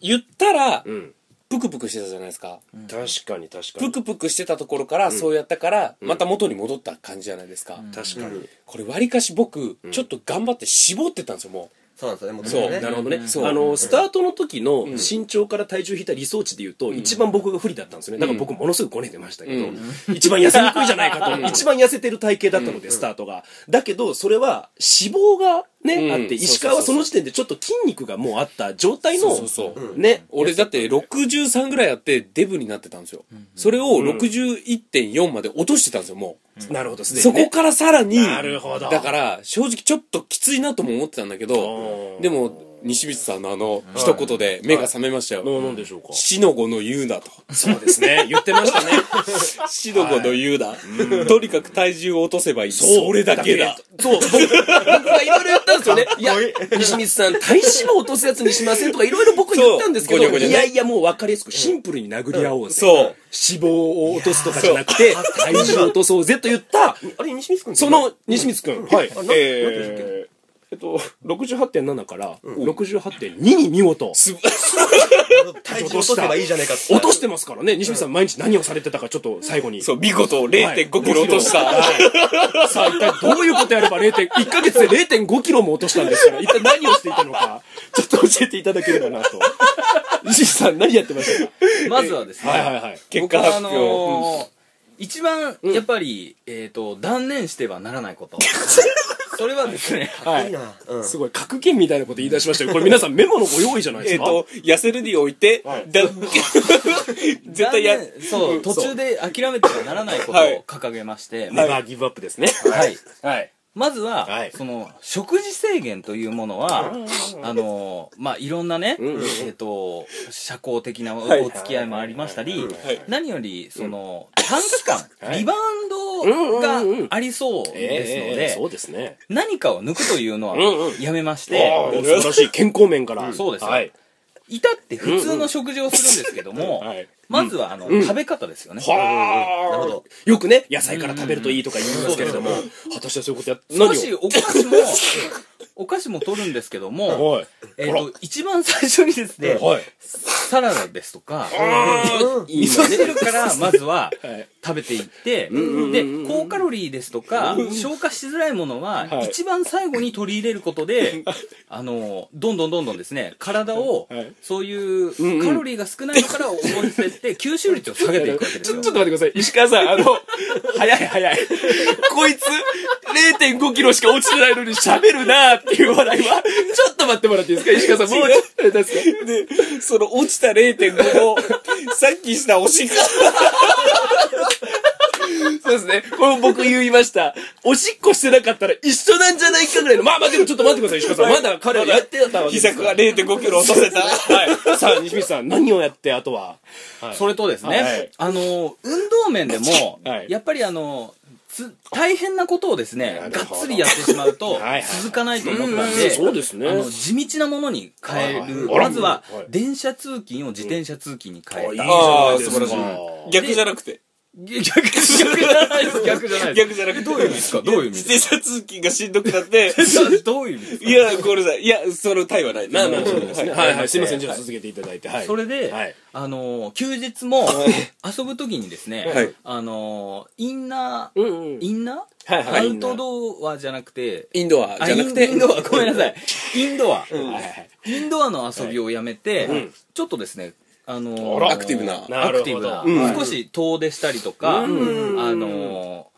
Speaker 1: 言ったら、
Speaker 2: うん
Speaker 1: プクプクしてたじゃないですか、
Speaker 2: 確かに確か
Speaker 1: プ
Speaker 2: に
Speaker 1: クプクしてたところからそうやったから、また元に戻った感じじゃないですか、
Speaker 2: 確かに
Speaker 1: これわりかし僕、ちょっと頑張って絞ってたんですよもう
Speaker 4: そうなんですよねもと
Speaker 1: そ
Speaker 4: も
Speaker 1: う
Speaker 4: とね
Speaker 1: なるほどねそう
Speaker 2: あのスタートの時の身長から体重引いた理想値でいうと、一番僕が不利だったんですよねだから僕ものすごくごねてましたけど、一番痩せにくいじゃないかと、一番痩せてる体型だったので、スタートがだけどそれは脂肪がね、
Speaker 1: うん
Speaker 2: あって石川はその時点でちょっと筋肉がもうあった状態の
Speaker 1: そうそうそう
Speaker 2: ね
Speaker 1: 俺だって63ぐらいやってデブになってたんですよ。それを61.4まで落としてたんですよ、もう。
Speaker 2: なるほどすで
Speaker 1: そ
Speaker 2: に、ね、
Speaker 1: こからさらに、
Speaker 2: なるほど
Speaker 1: だから、正直ちょっときついなとも思ってたんだけど
Speaker 2: う、ん
Speaker 1: でも、西光さんのあの、一言で目が覚めましたよ。
Speaker 2: のなんでしょうか
Speaker 1: 死の子の言うなと。
Speaker 2: そうですね言ってましたね
Speaker 1: *laughs* 死の子の言うな。とにかく体重を落とせばいい。それだけだ。
Speaker 2: そう僕僕がいろいろ言ったんです *laughs* よねいや西光さん体脂肪落とすやつにしませんとかいろいろ僕言ったんですけ *laughs* ど
Speaker 1: そうごにょごにょ
Speaker 2: い
Speaker 1: ね
Speaker 2: やいやもう分かりやすくシンプルに殴り合おうぜ、
Speaker 1: そう
Speaker 2: 脂肪を落とすとかじゃなくて体重を落とそうぜと言った
Speaker 4: あれ西光君って
Speaker 2: その西光君はい
Speaker 4: あな
Speaker 2: えーえっと、68.7から68.2に見事、
Speaker 1: す
Speaker 4: 体重落とせばいいじゃないかって
Speaker 2: 落としてますからね西光さん毎日何をされてたかちょっと最後に
Speaker 1: そう、見事0.5キロ落とした。
Speaker 2: はいさあ、一体どういうことやれば0.1ヶ月で0.5キロも落としたんですから、一体何をしていたのか、ちょっと教えていただければなと。石井さん、何やってましたか
Speaker 3: *laughs* まずはですね、
Speaker 2: はいはいはい。
Speaker 1: 結
Speaker 3: 僕
Speaker 1: 果
Speaker 3: はあ
Speaker 1: 発
Speaker 3: の
Speaker 1: 表。
Speaker 3: ー一番やっぱり、えっ、と断念してはならないことそれはですね
Speaker 2: はい
Speaker 4: い
Speaker 2: い。
Speaker 4: なうん
Speaker 2: すごい、格言みたいなこと言い出しましたよ。これ皆さんメモのご用意じゃないで
Speaker 1: え
Speaker 2: す
Speaker 1: っ
Speaker 2: か。
Speaker 1: と、痩せるにおいて、
Speaker 2: *laughs*
Speaker 1: だ絶対や
Speaker 3: 断、念そう、途中で諦めてはならないこと
Speaker 1: はい
Speaker 3: を掲げまして、
Speaker 2: ネバーギブアップですね。
Speaker 3: はい
Speaker 2: はい。
Speaker 3: まずは、
Speaker 2: はい
Speaker 3: その食事制限というものは、あのまあいろんなね、えっ、と社交的なお
Speaker 1: い
Speaker 3: 付き合いもありましたり、
Speaker 1: い
Speaker 3: 何よりその、短期間、リバウンドがありそうですので、
Speaker 2: そうですね。
Speaker 3: 何かを抜くというのはやめまして、
Speaker 2: 素晴らしい健康面から。
Speaker 3: そうですよ
Speaker 2: はい。
Speaker 3: 至って普通の食事をするんですけども、
Speaker 2: はい
Speaker 3: まずはあの、食べ方ですよね。
Speaker 2: は
Speaker 3: なるほど
Speaker 2: よくね、野菜から食べるといいとか言いますけれども、果たしてそういうことやっ何を
Speaker 3: 少しお菓子も、お菓子も取るんですけども、
Speaker 2: はい。
Speaker 3: えっ、と、一番最初にですね、
Speaker 2: はい。
Speaker 3: サラダですとか、
Speaker 2: いい
Speaker 3: 味噌汁からまずは
Speaker 2: はい
Speaker 3: 食べていって、で、高カロリーですとか、消化しづらいものは、
Speaker 2: はい
Speaker 3: 一番最後に取り入れることで、あの、どんどんどんどんですね、体を
Speaker 2: はい、
Speaker 3: そういうカロリーが少ないから思い出って、吸収率を下げていくわけです
Speaker 2: ちょ
Speaker 3: よ
Speaker 2: ちょっ。と待ってください。石川さん、あ *laughs* の、早い早い。こいつ、0.5キロしか落ちてないのに喋るなーっていう話題は、ちょっと待ってもらっていいですか石川さん、もうちょっと、あれですか
Speaker 1: で、 *laughs* その落ちた0.5を、さっきしたおしっこ。
Speaker 2: そうですね。これも僕言いました。おしっこしてなかったら一緒なんじゃないかぐらいの、まあまあでもちょっと待ってください、石川さん。まだ彼はやってたわけ
Speaker 1: 秘
Speaker 2: ですから
Speaker 1: 策が0.5キロ落とせた。
Speaker 2: はい。さあ、西光さん、何をやって、あとは。
Speaker 3: それとですね、
Speaker 2: はい、
Speaker 3: あの、運動面でも
Speaker 2: はい
Speaker 3: やっぱりあの、つ大変なことをですね、がっつりやってしまうと
Speaker 2: はいはい、
Speaker 3: 続かないと思ったんで、
Speaker 2: そうですね
Speaker 3: あ。の地道なものに変える、
Speaker 2: はいはい
Speaker 3: まずは
Speaker 2: はい
Speaker 3: 電車通勤を自転車通勤に変えた、
Speaker 1: ああ、素
Speaker 2: 素
Speaker 1: 晴ら
Speaker 2: 晴ら
Speaker 1: し
Speaker 2: し
Speaker 1: い
Speaker 2: い。
Speaker 1: 逆じゃなくて。
Speaker 3: 逆じゃないです逆じゃないです
Speaker 1: 逆じゃなくて。
Speaker 3: どういう意味ですかどういう意味
Speaker 1: 自
Speaker 3: で
Speaker 1: 転車通勤がしんどくな
Speaker 3: *laughs*
Speaker 1: って、
Speaker 3: すかどういう意味ですか
Speaker 1: いや、これさ、いや、その対はない。まあまあ、
Speaker 2: そうですね。はいはい。すいません、じゃあ続けていただいて。はい。
Speaker 3: それで、
Speaker 2: はい
Speaker 3: あのー休日も遊ぶ時にですね、
Speaker 1: はい
Speaker 3: あのーインナー、
Speaker 2: うんうん
Speaker 3: インナー、
Speaker 2: はいはい
Speaker 3: アウトドアじゃなくて、
Speaker 1: インドア
Speaker 3: あ
Speaker 1: じゃなくて、
Speaker 3: インインドアごめんなさいインドア、
Speaker 2: はいはい
Speaker 3: インドアの遊びをやめて、
Speaker 2: ん
Speaker 3: ちょっとですねあの
Speaker 2: あら
Speaker 1: アクティブな
Speaker 2: な
Speaker 3: ア
Speaker 2: る
Speaker 3: クティ
Speaker 2: ほ
Speaker 3: ブな、
Speaker 2: ど。
Speaker 3: 少し遠出したりとか、あの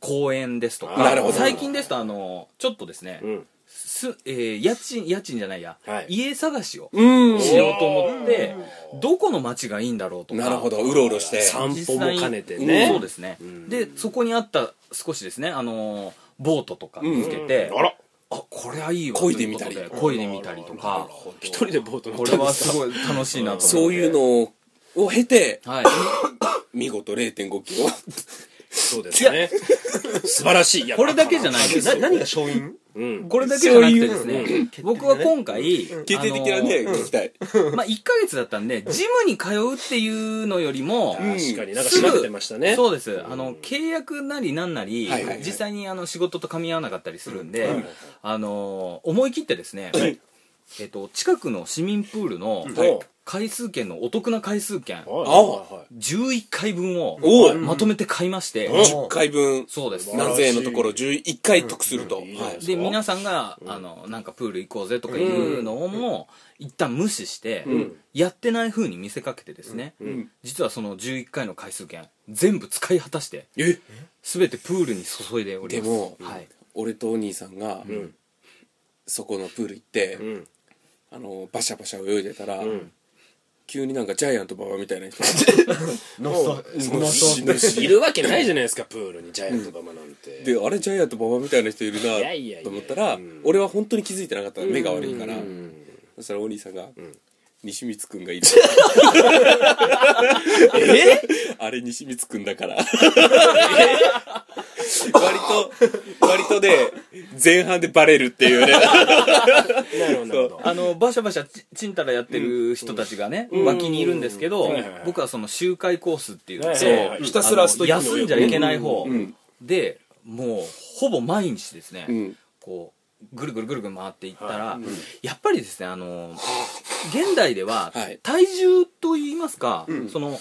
Speaker 3: 公園ですとか
Speaker 1: なるほど
Speaker 3: 最近ですとあのちょっとですね、
Speaker 2: ん
Speaker 3: すえー家賃家賃じゃないや、
Speaker 2: はい
Speaker 3: 家探しを
Speaker 1: うん。
Speaker 3: しようと思ってどこの街がいいんだろうとか
Speaker 1: なるほど、うろうろして。
Speaker 2: 散歩も兼ねて
Speaker 3: 実際に
Speaker 2: ね。
Speaker 3: そうですね、でそこにあった少しですねあのボートとか見つけて、
Speaker 2: あら
Speaker 3: あこれはいいわ
Speaker 1: 漕いでみたり
Speaker 3: ということで漕いでみたりとか
Speaker 2: 一人でボート乗
Speaker 3: こ
Speaker 2: っ
Speaker 3: れ
Speaker 2: たん
Speaker 3: は
Speaker 2: です
Speaker 3: す
Speaker 2: か
Speaker 3: ごい楽しいなと思って
Speaker 1: そういうのを経て、
Speaker 3: はい
Speaker 1: 見事0.5キロ。
Speaker 2: そうですね。素晴らしい。いや
Speaker 3: これだけじゃないです
Speaker 4: な何が勝因
Speaker 2: うん。
Speaker 3: これだけじゃなくてですね、僕は今回、
Speaker 1: 決定的なね、聞きたい。
Speaker 3: あのまあ、1ヶ月だったんで、ジムに通うっていうのよりも、
Speaker 2: 確かになんか
Speaker 3: すぐ
Speaker 2: 調べてましたね。
Speaker 3: そうです。あの、契約なりなんなり
Speaker 1: はいはいはい、
Speaker 3: 実際にあの仕事と噛み合わなかったりするんで、あの、思い切ってですね、えっと、近くの市民プールの
Speaker 1: はい
Speaker 3: 回数券のお得な回数券、
Speaker 1: 青
Speaker 3: 11回分を
Speaker 1: おう
Speaker 3: まとめて買いまして、
Speaker 1: 10回分
Speaker 3: そうです。
Speaker 1: 何千円のところ11回得すると、はい
Speaker 3: で皆さんが、あのなんかプール行こうぜとかいうのをも一旦無視して、やってない風に見せかけてですね、実はその11回の回数券全部使い果たして
Speaker 1: え
Speaker 3: 全てプールに注いでおりま
Speaker 1: で
Speaker 3: す
Speaker 1: も、
Speaker 3: はい、
Speaker 1: 俺とお兄さんが、そこのプール行って、
Speaker 4: ん
Speaker 1: あのバシャバシャ泳いでたら、急になんかジャイアント馬場みたいな人
Speaker 4: ノッソ
Speaker 1: その死ぬ
Speaker 5: いるわけないじゃないですかプールにジャイアント玉なんて
Speaker 1: であれジャイアント馬場みたいな人いる
Speaker 5: いやいやいや
Speaker 1: なと思ったら俺は本当に気づいてなかったの目が悪いからそしたらお兄さんが「西光くんがいる」えあれ西光くんだから割と割とで前半でバレるっていうね
Speaker 5: なるほどなるほど
Speaker 3: あのバシャバシャちちんたらやってる人たちがね、脇にいるんですけど、
Speaker 5: はいはいはい
Speaker 3: 僕はその周回コースっていうので、
Speaker 5: はいはいはい
Speaker 2: ひたすらストイックに泳ぐ
Speaker 3: 休んじゃいけない方、
Speaker 1: ん
Speaker 3: でもうほぼ毎日ですね、
Speaker 1: ん
Speaker 3: こうぐるぐるぐるぐる回っていったら、やっぱりですねあの現代では
Speaker 1: はい
Speaker 3: 体重といいますか、その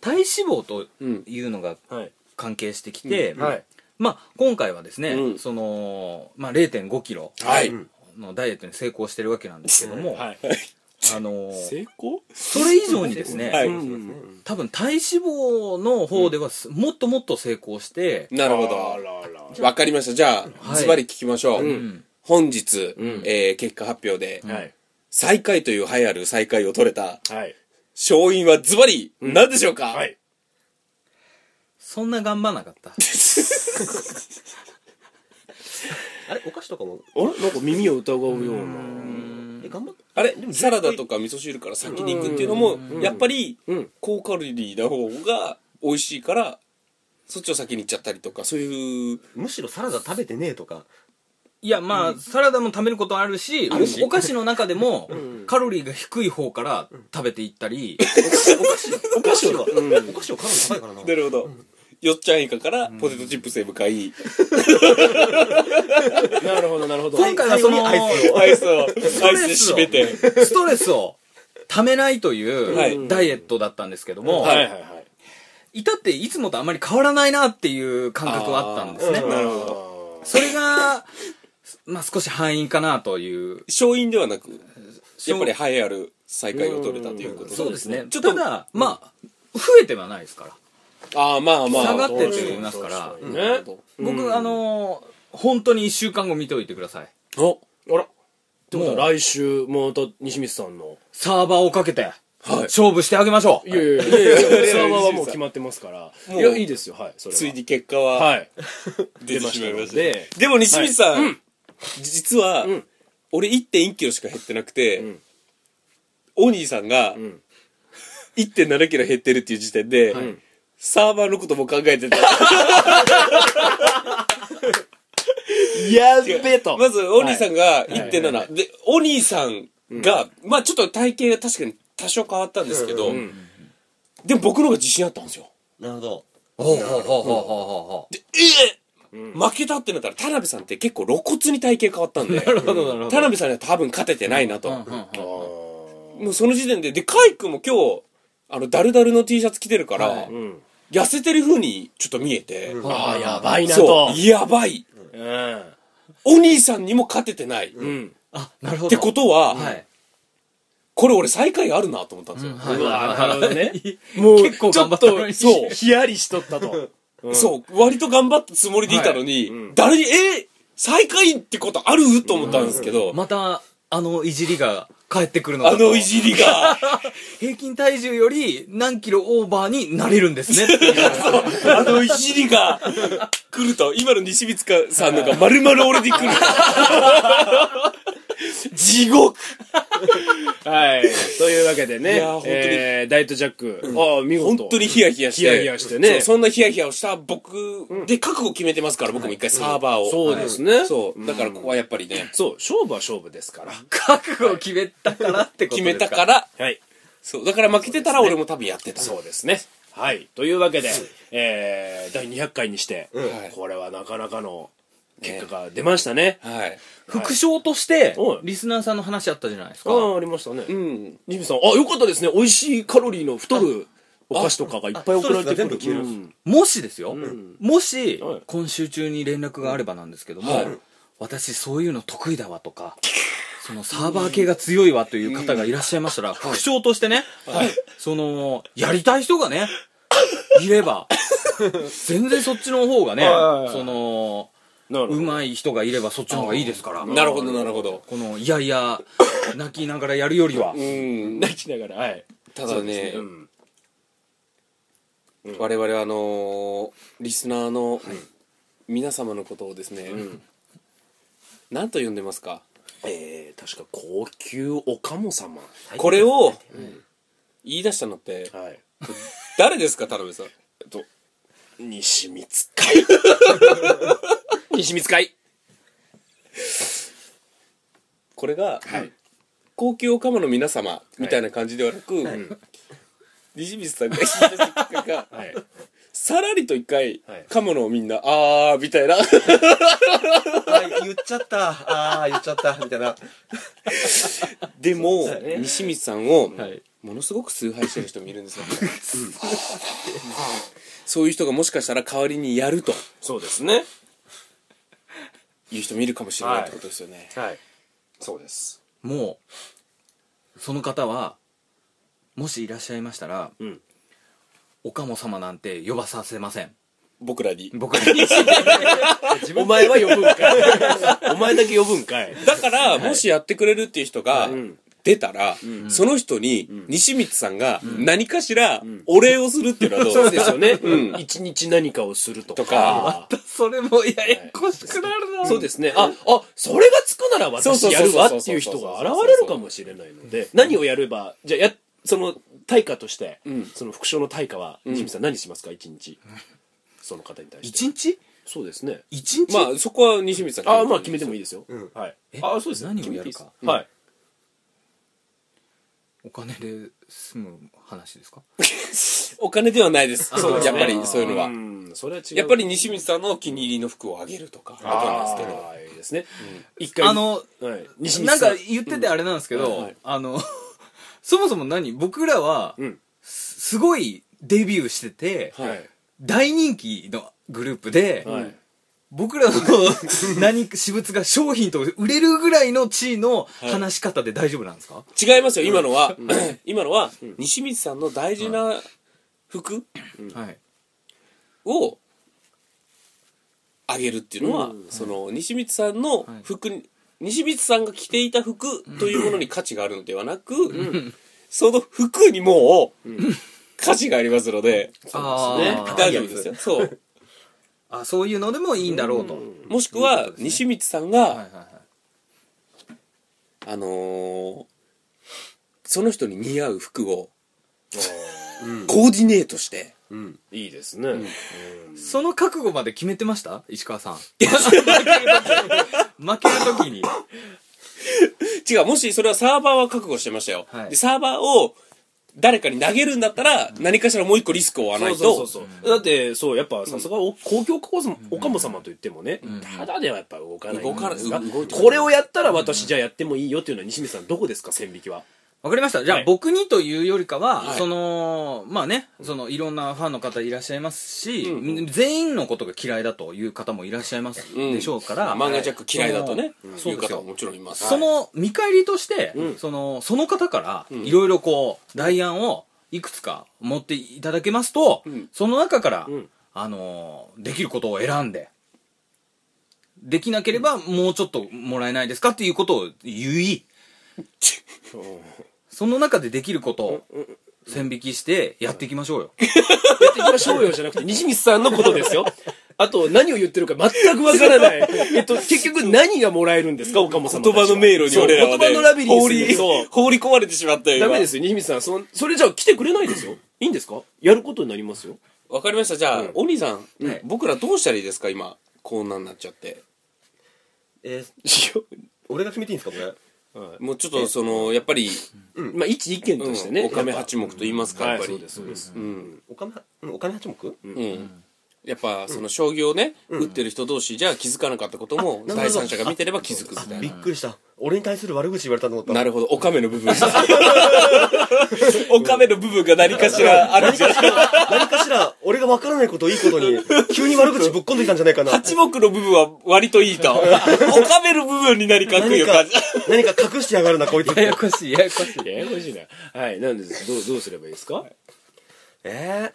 Speaker 3: 体脂肪と
Speaker 1: うん
Speaker 3: いうのが
Speaker 5: はい
Speaker 3: 関係してきて、
Speaker 5: はい
Speaker 3: まあ、今回はですね、
Speaker 1: うん
Speaker 3: その、まあ、1 5キロ
Speaker 1: はい
Speaker 3: のダイエットに成功してるわけなんですけども、
Speaker 5: はい
Speaker 3: あのー
Speaker 5: 成功
Speaker 3: それ以上にですね、
Speaker 1: *laughs* はい
Speaker 3: 多分体脂肪の方ではすもっともっと成功して、
Speaker 1: なるほ
Speaker 5: あ
Speaker 1: ど
Speaker 5: らら
Speaker 1: わかりましたじゃあ
Speaker 3: はい
Speaker 1: ズバリ聞きましょう、
Speaker 3: ん
Speaker 1: 本日、
Speaker 5: うん
Speaker 1: えー結果発表で、
Speaker 5: はい
Speaker 1: 最下位という栄えある最下位を取れた
Speaker 5: はい
Speaker 1: 勝因はズバリ何でしょうか、
Speaker 5: はい
Speaker 3: そんな頑張らなかった。
Speaker 4: あれお菓子とかも
Speaker 5: あれなんか耳を疑うような
Speaker 4: え頑張っ
Speaker 1: あれサラダとか味噌汁から先に行くっていうのもやっぱり
Speaker 5: うん
Speaker 1: 高カロリーな方が美味しいからそっちを先に行っちゃったりとかそういう
Speaker 4: むしろサラダ食べてねえとか
Speaker 3: いや、まあ、サラダも食べることあるし、おお菓子の中でも、カロリーが低い方から食べていったり、
Speaker 4: お菓子はお菓子はカロリー高いからな
Speaker 1: なるほどよっちゃん以下からポテトチップスへ向かい
Speaker 5: なるほどなるほど
Speaker 3: *laughs* 今回はその、
Speaker 4: 最後にア
Speaker 1: ア
Speaker 4: イス
Speaker 1: イスをア
Speaker 5: *laughs*
Speaker 1: イス
Speaker 3: トレスを
Speaker 1: で締めて
Speaker 3: ストレスをためないと
Speaker 1: はいいう
Speaker 3: ダイエットだったんですけども、
Speaker 5: はいはいはい
Speaker 3: 至っていつもとあまり変わらないなっていう感覚はあったんですね。
Speaker 1: なるほど
Speaker 5: ど
Speaker 3: それが、まあ少し敗因かなという。
Speaker 1: 勝因ではなくやっぱり栄えある再会を取れたということ
Speaker 3: そうですね。
Speaker 1: ちょっと
Speaker 3: ただ、まあ、増えてはないですから。
Speaker 1: ああまあまあ
Speaker 3: 下がってると思いますから。
Speaker 5: ね
Speaker 3: 僕、あのー、本当に1週間後見ておいてください。
Speaker 1: お
Speaker 5: あらってこと
Speaker 3: もう
Speaker 5: は来週もまた西光さんの
Speaker 3: サーバーをかけて、
Speaker 1: はい
Speaker 3: 勝負してあげましょう。
Speaker 5: いやいやいやいやサーバーはもう決まってますからい
Speaker 1: もう
Speaker 5: やいいですよはいそれは
Speaker 1: ついに結果は、
Speaker 5: はい
Speaker 1: 出てしまいました
Speaker 5: 出ましたので
Speaker 1: でも西光さん、実は、俺1 1キロしか減ってなくて、お兄さんが、1 7キロ減ってるっていう時点で、サーバーのことも考えてた *laughs*
Speaker 5: やっべと
Speaker 1: まずお兄さんが1.7、
Speaker 5: は
Speaker 1: でお兄さんが、まあちょっと体型が確かに多少変わったんですけど、でも僕の方が自信あったんですよ
Speaker 4: なるほど
Speaker 3: ほうほうほうほうほうほう
Speaker 1: でええ負けたってなったら田辺さんって結構露骨に体型変わったんで
Speaker 3: ほどなるほど
Speaker 1: 田辺さんには多分勝ててないなと、
Speaker 3: うんうんうん
Speaker 1: もうその時点で、で、カイ君も今日、あの、ダルダルの T シャツ着てるから、
Speaker 3: はい
Speaker 5: うん
Speaker 1: 痩せてる風にちょっと見えて、
Speaker 5: ああやばいな
Speaker 1: そ
Speaker 5: と
Speaker 1: う、やばい。
Speaker 5: うん
Speaker 1: お兄さんにも勝ててない。っ
Speaker 5: うん
Speaker 3: あ、なるほど。
Speaker 1: てことは、
Speaker 3: はい。
Speaker 1: これ俺最下位あるなと思ったんですよ。
Speaker 5: うわなるほど
Speaker 3: *laughs*
Speaker 5: ね
Speaker 3: もう、結構頑張ったのに。
Speaker 1: ちょっとそう
Speaker 5: ヒヤリしとったと
Speaker 1: そう、割と頑張ったつもりでいたのに、誰に、えー最下位ってことあると思ったんですけど、
Speaker 3: また、あのいじりが帰ってくるのか
Speaker 1: あ
Speaker 3: と
Speaker 1: のいじりが、 *laughs*
Speaker 3: 平均体重より何キロオーバーになれるんですねっていう
Speaker 1: あのいじりが来ると、今の西光さんのが丸々俺に
Speaker 5: *laughs*
Speaker 1: 来る。地獄
Speaker 5: はいというわけで
Speaker 1: い
Speaker 5: ね
Speaker 1: やー本当に
Speaker 5: えーダイエットジャックああ見事
Speaker 1: 本当にヒヤヒヤして。
Speaker 5: ヒヤヒヤしてね
Speaker 1: そうそんなヒヤヒヤをした僕で覚悟決めてますから、僕も一回サーバーを。
Speaker 5: そうですね
Speaker 1: そう。だからここはやっぱりね、
Speaker 5: そう勝負は勝負ですから
Speaker 3: 覚悟を決めたからってこと
Speaker 1: 決
Speaker 3: で
Speaker 1: め
Speaker 3: す
Speaker 1: たから、
Speaker 5: はい
Speaker 1: そう。だから負けてたら俺も多分やってた。
Speaker 5: そうですね。はい。というわけで、えー、第200回にして、
Speaker 1: ん
Speaker 5: これはなかなかの
Speaker 2: 結果が出ましたね。
Speaker 1: はい
Speaker 3: 副賞として
Speaker 2: はい
Speaker 3: リスナーさんの話あったじゃないですか
Speaker 2: ああ、ありましたね。
Speaker 1: うん
Speaker 2: ジミさん、あ、よかったですね。美味しいカロリーの太るお菓子とかがいっぱい送られてくる。
Speaker 4: あストレスが全部消える
Speaker 2: うん
Speaker 3: もしですよ、もし
Speaker 2: はい
Speaker 3: 今週中に連絡があればなんですけども、私そういうの得意だわとかそのサーバー系が強いわという方がいらっしゃいましたら、副賞としてね、そのやりたい人がねいれば全然そっちの方がね
Speaker 2: はいはい
Speaker 3: その
Speaker 2: なるほど
Speaker 3: うまい人がいればそっちの方がいいですから
Speaker 1: なるほどなるほど
Speaker 3: このいやいや泣きながらやるよりは
Speaker 1: うん
Speaker 2: 泣きながら、はい。
Speaker 1: ただね
Speaker 2: うん
Speaker 1: 我々はあのーリスナーの皆様のことをですねなんと呼んでますか
Speaker 2: えー、確か高級おかも様。
Speaker 1: これを言い出したのって
Speaker 2: はい。
Speaker 1: 誰ですか田辺さん
Speaker 2: えっと、西光会。西光会。
Speaker 1: これが高級おかまの皆様みたいな感じではなく西光さんが言い出したきっかけが
Speaker 2: はい。
Speaker 1: さらりと一回
Speaker 2: はい
Speaker 1: カモのみんなあーみたいな
Speaker 4: あ言っちゃったああ言っちゃったみたいな
Speaker 1: でも西光さんを
Speaker 3: はい
Speaker 1: ものすごく崇拝してる人もいるんですよそういう人がもしかしたら代わりにやると
Speaker 2: そうですね。
Speaker 1: いう人もいるかもしれないってことですよね
Speaker 2: はい。そうです。
Speaker 3: もうその方はもしいらっしゃいましたら、
Speaker 2: ん
Speaker 3: おかも様なんて呼ばさせません
Speaker 1: 僕らに
Speaker 3: 僕
Speaker 2: *laughs*
Speaker 3: に
Speaker 2: お前は呼ぶんかい。お前だけ呼ぶんかい。
Speaker 1: だから、もしやってくれるっていう人が出たら、その人に西光さんが何かしらお礼をするっていうのはどう
Speaker 2: そう
Speaker 1: で
Speaker 2: ですすよね
Speaker 1: う。
Speaker 2: 一、日何かをするとか。
Speaker 1: とか
Speaker 3: それもややこしくなるな、
Speaker 2: そうですね。あ、あ、それがつくなら私やるわっていう人が現れるかもしれないので、何をやれば、じゃあや、その対価として、その副賞の対価は、西見さん何しますか一日。その方に対し
Speaker 3: 一
Speaker 2: て。
Speaker 3: 日
Speaker 2: そうですね。
Speaker 3: 一日、
Speaker 1: まあ、そこは西光さん
Speaker 2: あまあ決めてもいいですよ。はい。
Speaker 3: え
Speaker 2: あそうですね。
Speaker 3: 何をやるか
Speaker 2: 決めていいですはい。
Speaker 3: お金で済む話ですか
Speaker 1: お金ではないです
Speaker 3: そうです
Speaker 1: やっ
Speaker 3: ね
Speaker 1: ぱりそういうのは
Speaker 2: うん、それは違う。
Speaker 1: やっぱり西光さんのお気に入りの服をあげるとか
Speaker 2: あー、
Speaker 1: なんですけど
Speaker 2: はいいいですね。一回、
Speaker 3: あ、の
Speaker 2: はい。西
Speaker 3: な
Speaker 2: 光
Speaker 3: んか
Speaker 2: さん。
Speaker 3: 言っててあれなんですけど、
Speaker 2: うんはい
Speaker 3: あの *laughs* そもそも何僕らは、
Speaker 2: うん
Speaker 3: すすごいデビューしてて、
Speaker 2: はい。
Speaker 3: 大人気のグループで、
Speaker 2: はい。
Speaker 3: 僕らの
Speaker 1: *laughs*
Speaker 3: 何か私物が商品と売れるぐらいの地位の話し方で大丈夫なんですか、
Speaker 1: 違いますよ今のは *clears throat* 今のは西光さんの大事な服
Speaker 3: はい。
Speaker 1: をあげるっていうのは、
Speaker 2: うん
Speaker 1: その西光さんの服に、西光さんが着ていた服というものに価値があるのではなく、その服にもう、価値がありますので
Speaker 3: そう
Speaker 2: ですね
Speaker 3: あー
Speaker 1: 大丈夫ですよそう
Speaker 3: あ、そういうのでもいいんだろうと。
Speaker 1: もしくは西光さんが、
Speaker 3: はいはいはい。
Speaker 1: あのーその人に似合う服をコーディネートして
Speaker 4: うん
Speaker 2: いいですね。
Speaker 3: その覚悟まで決めてました石川さん。負ける *laughs* 時に。
Speaker 1: 違うもしそれはサーバーは覚悟してましたよ、
Speaker 3: はい
Speaker 1: でサーバーを誰かに投げるんだったら何かしらもう一個リスクを負わないと
Speaker 2: そうそうそうそうだってそうやっぱさすがお公共お様おかも様といってもね、ただではやっぱ動かない
Speaker 1: 動かない
Speaker 2: ですが
Speaker 1: 動いてない
Speaker 2: これをやったら私じゃあやってもいいよっていうのは西見さんどこですか線引きは
Speaker 3: わかりました。じゃあ、
Speaker 2: はい
Speaker 3: 僕にというよりかは、
Speaker 1: はい
Speaker 3: その、まあね、その、いろんなファンの方いらっしゃいますし、全員のことが嫌いだという方もいらっしゃいます
Speaker 1: うん
Speaker 3: でしょうから、
Speaker 1: 漫画ジャック嫌いだとね、
Speaker 3: その
Speaker 1: そ
Speaker 3: そうう
Speaker 1: いう
Speaker 3: です
Speaker 1: 方
Speaker 3: よ
Speaker 1: ももちろんいます。
Speaker 3: その見返りとして、
Speaker 2: うん
Speaker 3: そのその方からいろいろこう、代案をいくつか持っていただけますと、
Speaker 1: うん
Speaker 3: その中から、
Speaker 2: うん
Speaker 3: あのーできることを選んでできなければもうちょっともらえないですかっていうことを言いその中でできることを線引きしてやっていきましょうよ、
Speaker 2: やっていきましょうよじゃなくて西見さんのことで
Speaker 1: *laughs*
Speaker 2: すよあと何を言ってるか全くわからないえっと結局何がもらえるんですかおかも様た
Speaker 1: 言
Speaker 2: ちは
Speaker 1: 葉の迷路に俺らは、
Speaker 2: そ
Speaker 1: ね、
Speaker 2: う言葉のラビリン
Speaker 1: 放
Speaker 2: スに
Speaker 1: り
Speaker 2: そう
Speaker 1: 放り込まれてしまったよ。。
Speaker 2: ダメですすよ西見さんそのそれじゃあ来てくれないですよいいんですかやることになりますよ
Speaker 1: わかりました。じゃあ、お兄さん、
Speaker 3: はい
Speaker 1: 僕らどうしたらいいですか今、こんなんなっちゃって。
Speaker 4: えー俺が決めていいんですかこれ
Speaker 1: もうちょっと、その、やっぱり、
Speaker 2: まあ一意見としてね、
Speaker 1: おかめ
Speaker 2: やっ
Speaker 1: 八目と言います
Speaker 2: ぱ
Speaker 1: か、や
Speaker 2: は
Speaker 1: っぱ
Speaker 2: いそ
Speaker 1: り。
Speaker 2: うですそうです、
Speaker 1: うん。
Speaker 4: お金うんお金八目
Speaker 1: うん。やっぱその将棋をね、打ってる人同士じゃ気づかなかったことも
Speaker 4: なるほど
Speaker 1: 第三者が見てれば気づくみたい
Speaker 4: びっ
Speaker 1: な。
Speaker 4: くりした俺に対する悪口言われたと思った
Speaker 1: なるほど、おかめの部分。おかめの部分が何かしらあるんじゃない
Speaker 4: 何かしら俺が分からないことをいいことに急に悪口ぶっ込んできたんじゃないかな
Speaker 1: 八目の部分は割といいと。おかめの部分に何かくい
Speaker 4: 何
Speaker 1: う
Speaker 4: か
Speaker 1: 感じ。
Speaker 4: 何か隠してやがるなこいつ
Speaker 3: ややこしいや *laughs* やこしい
Speaker 5: ややこしいなはいなんですどうどうすればいいですか
Speaker 4: ええ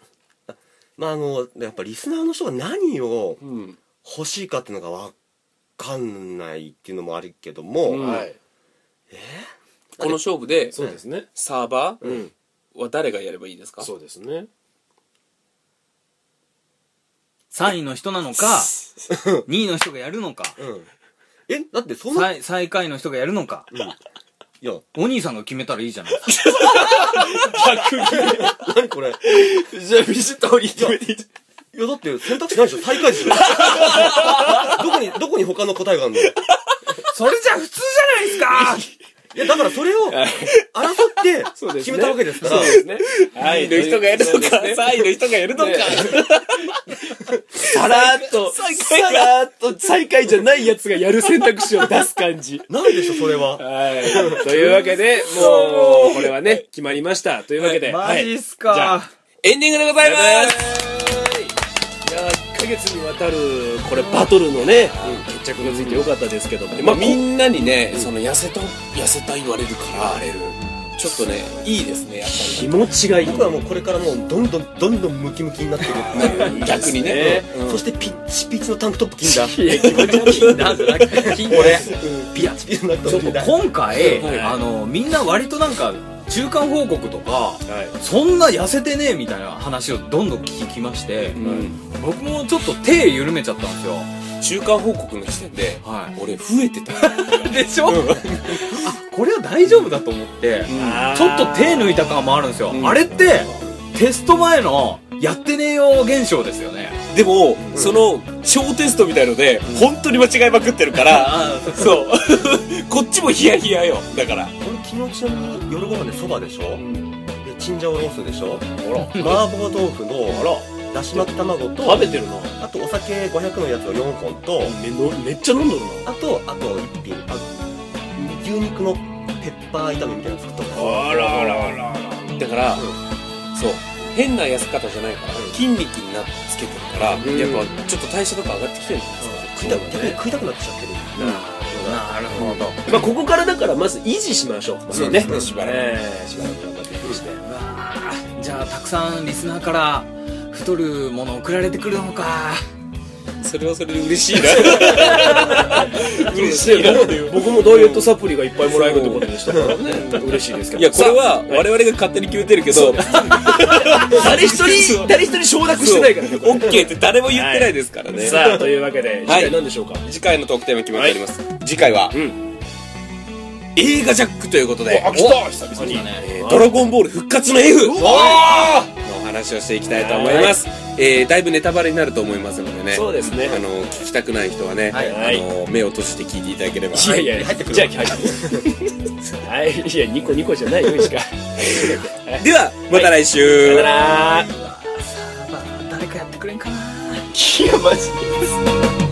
Speaker 4: まああのやっぱリスナーの人が何を
Speaker 1: ん
Speaker 4: 欲しいかっていうのが分かんないっていうのもあるけども、
Speaker 5: はい
Speaker 1: この勝負で、
Speaker 5: そうですね
Speaker 1: サーバ
Speaker 5: う
Speaker 1: ー
Speaker 5: ん
Speaker 1: は誰がやればいいですか
Speaker 5: そうですね
Speaker 3: 3位の人なの *laughs* か2位の人がやるのか
Speaker 4: うんえだってそんな
Speaker 3: 最最下位の人がやるのか
Speaker 4: いや
Speaker 3: お兄さんが決めたらいいじゃないですか
Speaker 4: 何これ *laughs* い
Speaker 1: じゃあ、ビシッと折り決めていい
Speaker 4: やだって選択肢ないでしょ最下位でしょ *laughs* どこにどこに他の答えがあるのい
Speaker 3: それじゃ普通じゃないですか
Speaker 4: やだからそれを争って
Speaker 5: そうですね
Speaker 4: 決めたわけですから
Speaker 5: ね
Speaker 1: はい、の人がやるのか、3位の人がやるのか。
Speaker 5: さらっとさらっと最下位じゃないやつがやる選択肢を出す感じ
Speaker 4: ないでしょそれは
Speaker 5: はい。というわけで、もう、これはね、決まりました。というわけで、
Speaker 3: *laughs* マジっすか、
Speaker 5: はいじゃあ
Speaker 1: エンディングでございます
Speaker 5: いやー、1ヶ月にわたる、これ、バトルのね、決着がついてよかったですけども、
Speaker 1: まあ、
Speaker 5: こ
Speaker 1: みんなにね、その、痩せた、痩せた言われるから、あれる。ちょっとね、いいですね、やっ
Speaker 5: 気持ちがいい。
Speaker 4: 僕はもうこれからもうどんどんどんどんムキムキになっていくっていう
Speaker 1: ぱり。逆にね。
Speaker 4: そしてピッチピチのタンクトップ着んだ
Speaker 5: いや、気持ちがいい。
Speaker 3: なんじゃなくて聞いて
Speaker 4: ピッチピチのタンク
Speaker 3: ち
Speaker 4: ト
Speaker 3: ょ
Speaker 4: ッ
Speaker 3: っと
Speaker 4: プ着んだ
Speaker 3: 今回、
Speaker 5: はい
Speaker 3: あのみんな割となんか中間報告とか
Speaker 5: はい。
Speaker 3: そんな痩せてねえみたいな話をどんどん聞きまして、
Speaker 1: うん
Speaker 3: 僕もちょっと手緩めちゃったんですよ
Speaker 5: *laughs*
Speaker 1: 中間報告の時点で、
Speaker 3: は
Speaker 1: 俺増えてた。
Speaker 3: いでしょ、あこれは大丈夫だと思って、ちょっと手抜いた感もあるんですよ、
Speaker 1: うん
Speaker 3: あれってテスト前のやってねえよ現象ですよね
Speaker 1: でも、その小テストみたいので、本当に間違いまくってるから、
Speaker 3: ああ
Speaker 1: そう *laughs* こっちもヒヤヒヤよだから
Speaker 4: 俺昨日ちなみに夜ご飯でそばでしょ、でチンジャオロースでしょ
Speaker 5: *laughs* あ
Speaker 4: 麻婆豆腐の
Speaker 5: ら、
Speaker 4: だし巻き卵と
Speaker 5: 食べてるな。
Speaker 4: あとお酒500のやつを4本と
Speaker 5: めのめっちゃ飲んどるな。
Speaker 4: あとあと1品あ牛肉のペッパー炒めみたいなの作ったの
Speaker 5: あらあらあらあら。
Speaker 1: だから、そう変な痩せ方じゃないから、筋肉になってつけてるから、
Speaker 5: ん
Speaker 1: やっぱちょっと代謝とか上がってきてるじゃないですか、
Speaker 4: 食いたく逆に食いたくなってきちゃってる
Speaker 3: なるほど
Speaker 5: まあ、ここからだから、まず維持しましょう。
Speaker 1: そうですねしばらく
Speaker 5: ええしばらく頑張って維持して。
Speaker 3: うわーじゃあたくさんリスナーから太るもの送られてくるのか
Speaker 1: それはそれで嬉しいな *laughs* 嬉しいなっていう
Speaker 5: 僕もダイエットサプリがいっぱいもらえるってことでしたからね嬉しいですけど
Speaker 1: いやこれは我々が勝手に決めてるけ *laughs* ど、
Speaker 5: 誰一人誰一人承諾してないからねこ
Speaker 1: オッケーって誰も言ってないですからね、
Speaker 5: れさあというわけで次
Speaker 1: はい
Speaker 5: 回何でしょうか
Speaker 1: 次回のトークテーマ決まっております、次回は、
Speaker 5: ん
Speaker 1: 映画ジャックということで
Speaker 5: た久々に
Speaker 1: えードラゴンボール復活の F のお話をしていきたいと思います、えーだいぶネタバレになると思いますのでね
Speaker 5: そうですね
Speaker 1: あの聞きたくない人はね、
Speaker 3: はい
Speaker 5: はい
Speaker 1: あの目を閉じて聞いていただければ
Speaker 5: いやいや
Speaker 4: 入ってくる
Speaker 5: じゃあ入 *laughs* ってくるはいいやニコニコじゃないよ石川
Speaker 1: ではまた来週、
Speaker 5: さよなら
Speaker 3: 誰かやってくれんかない
Speaker 5: やマジで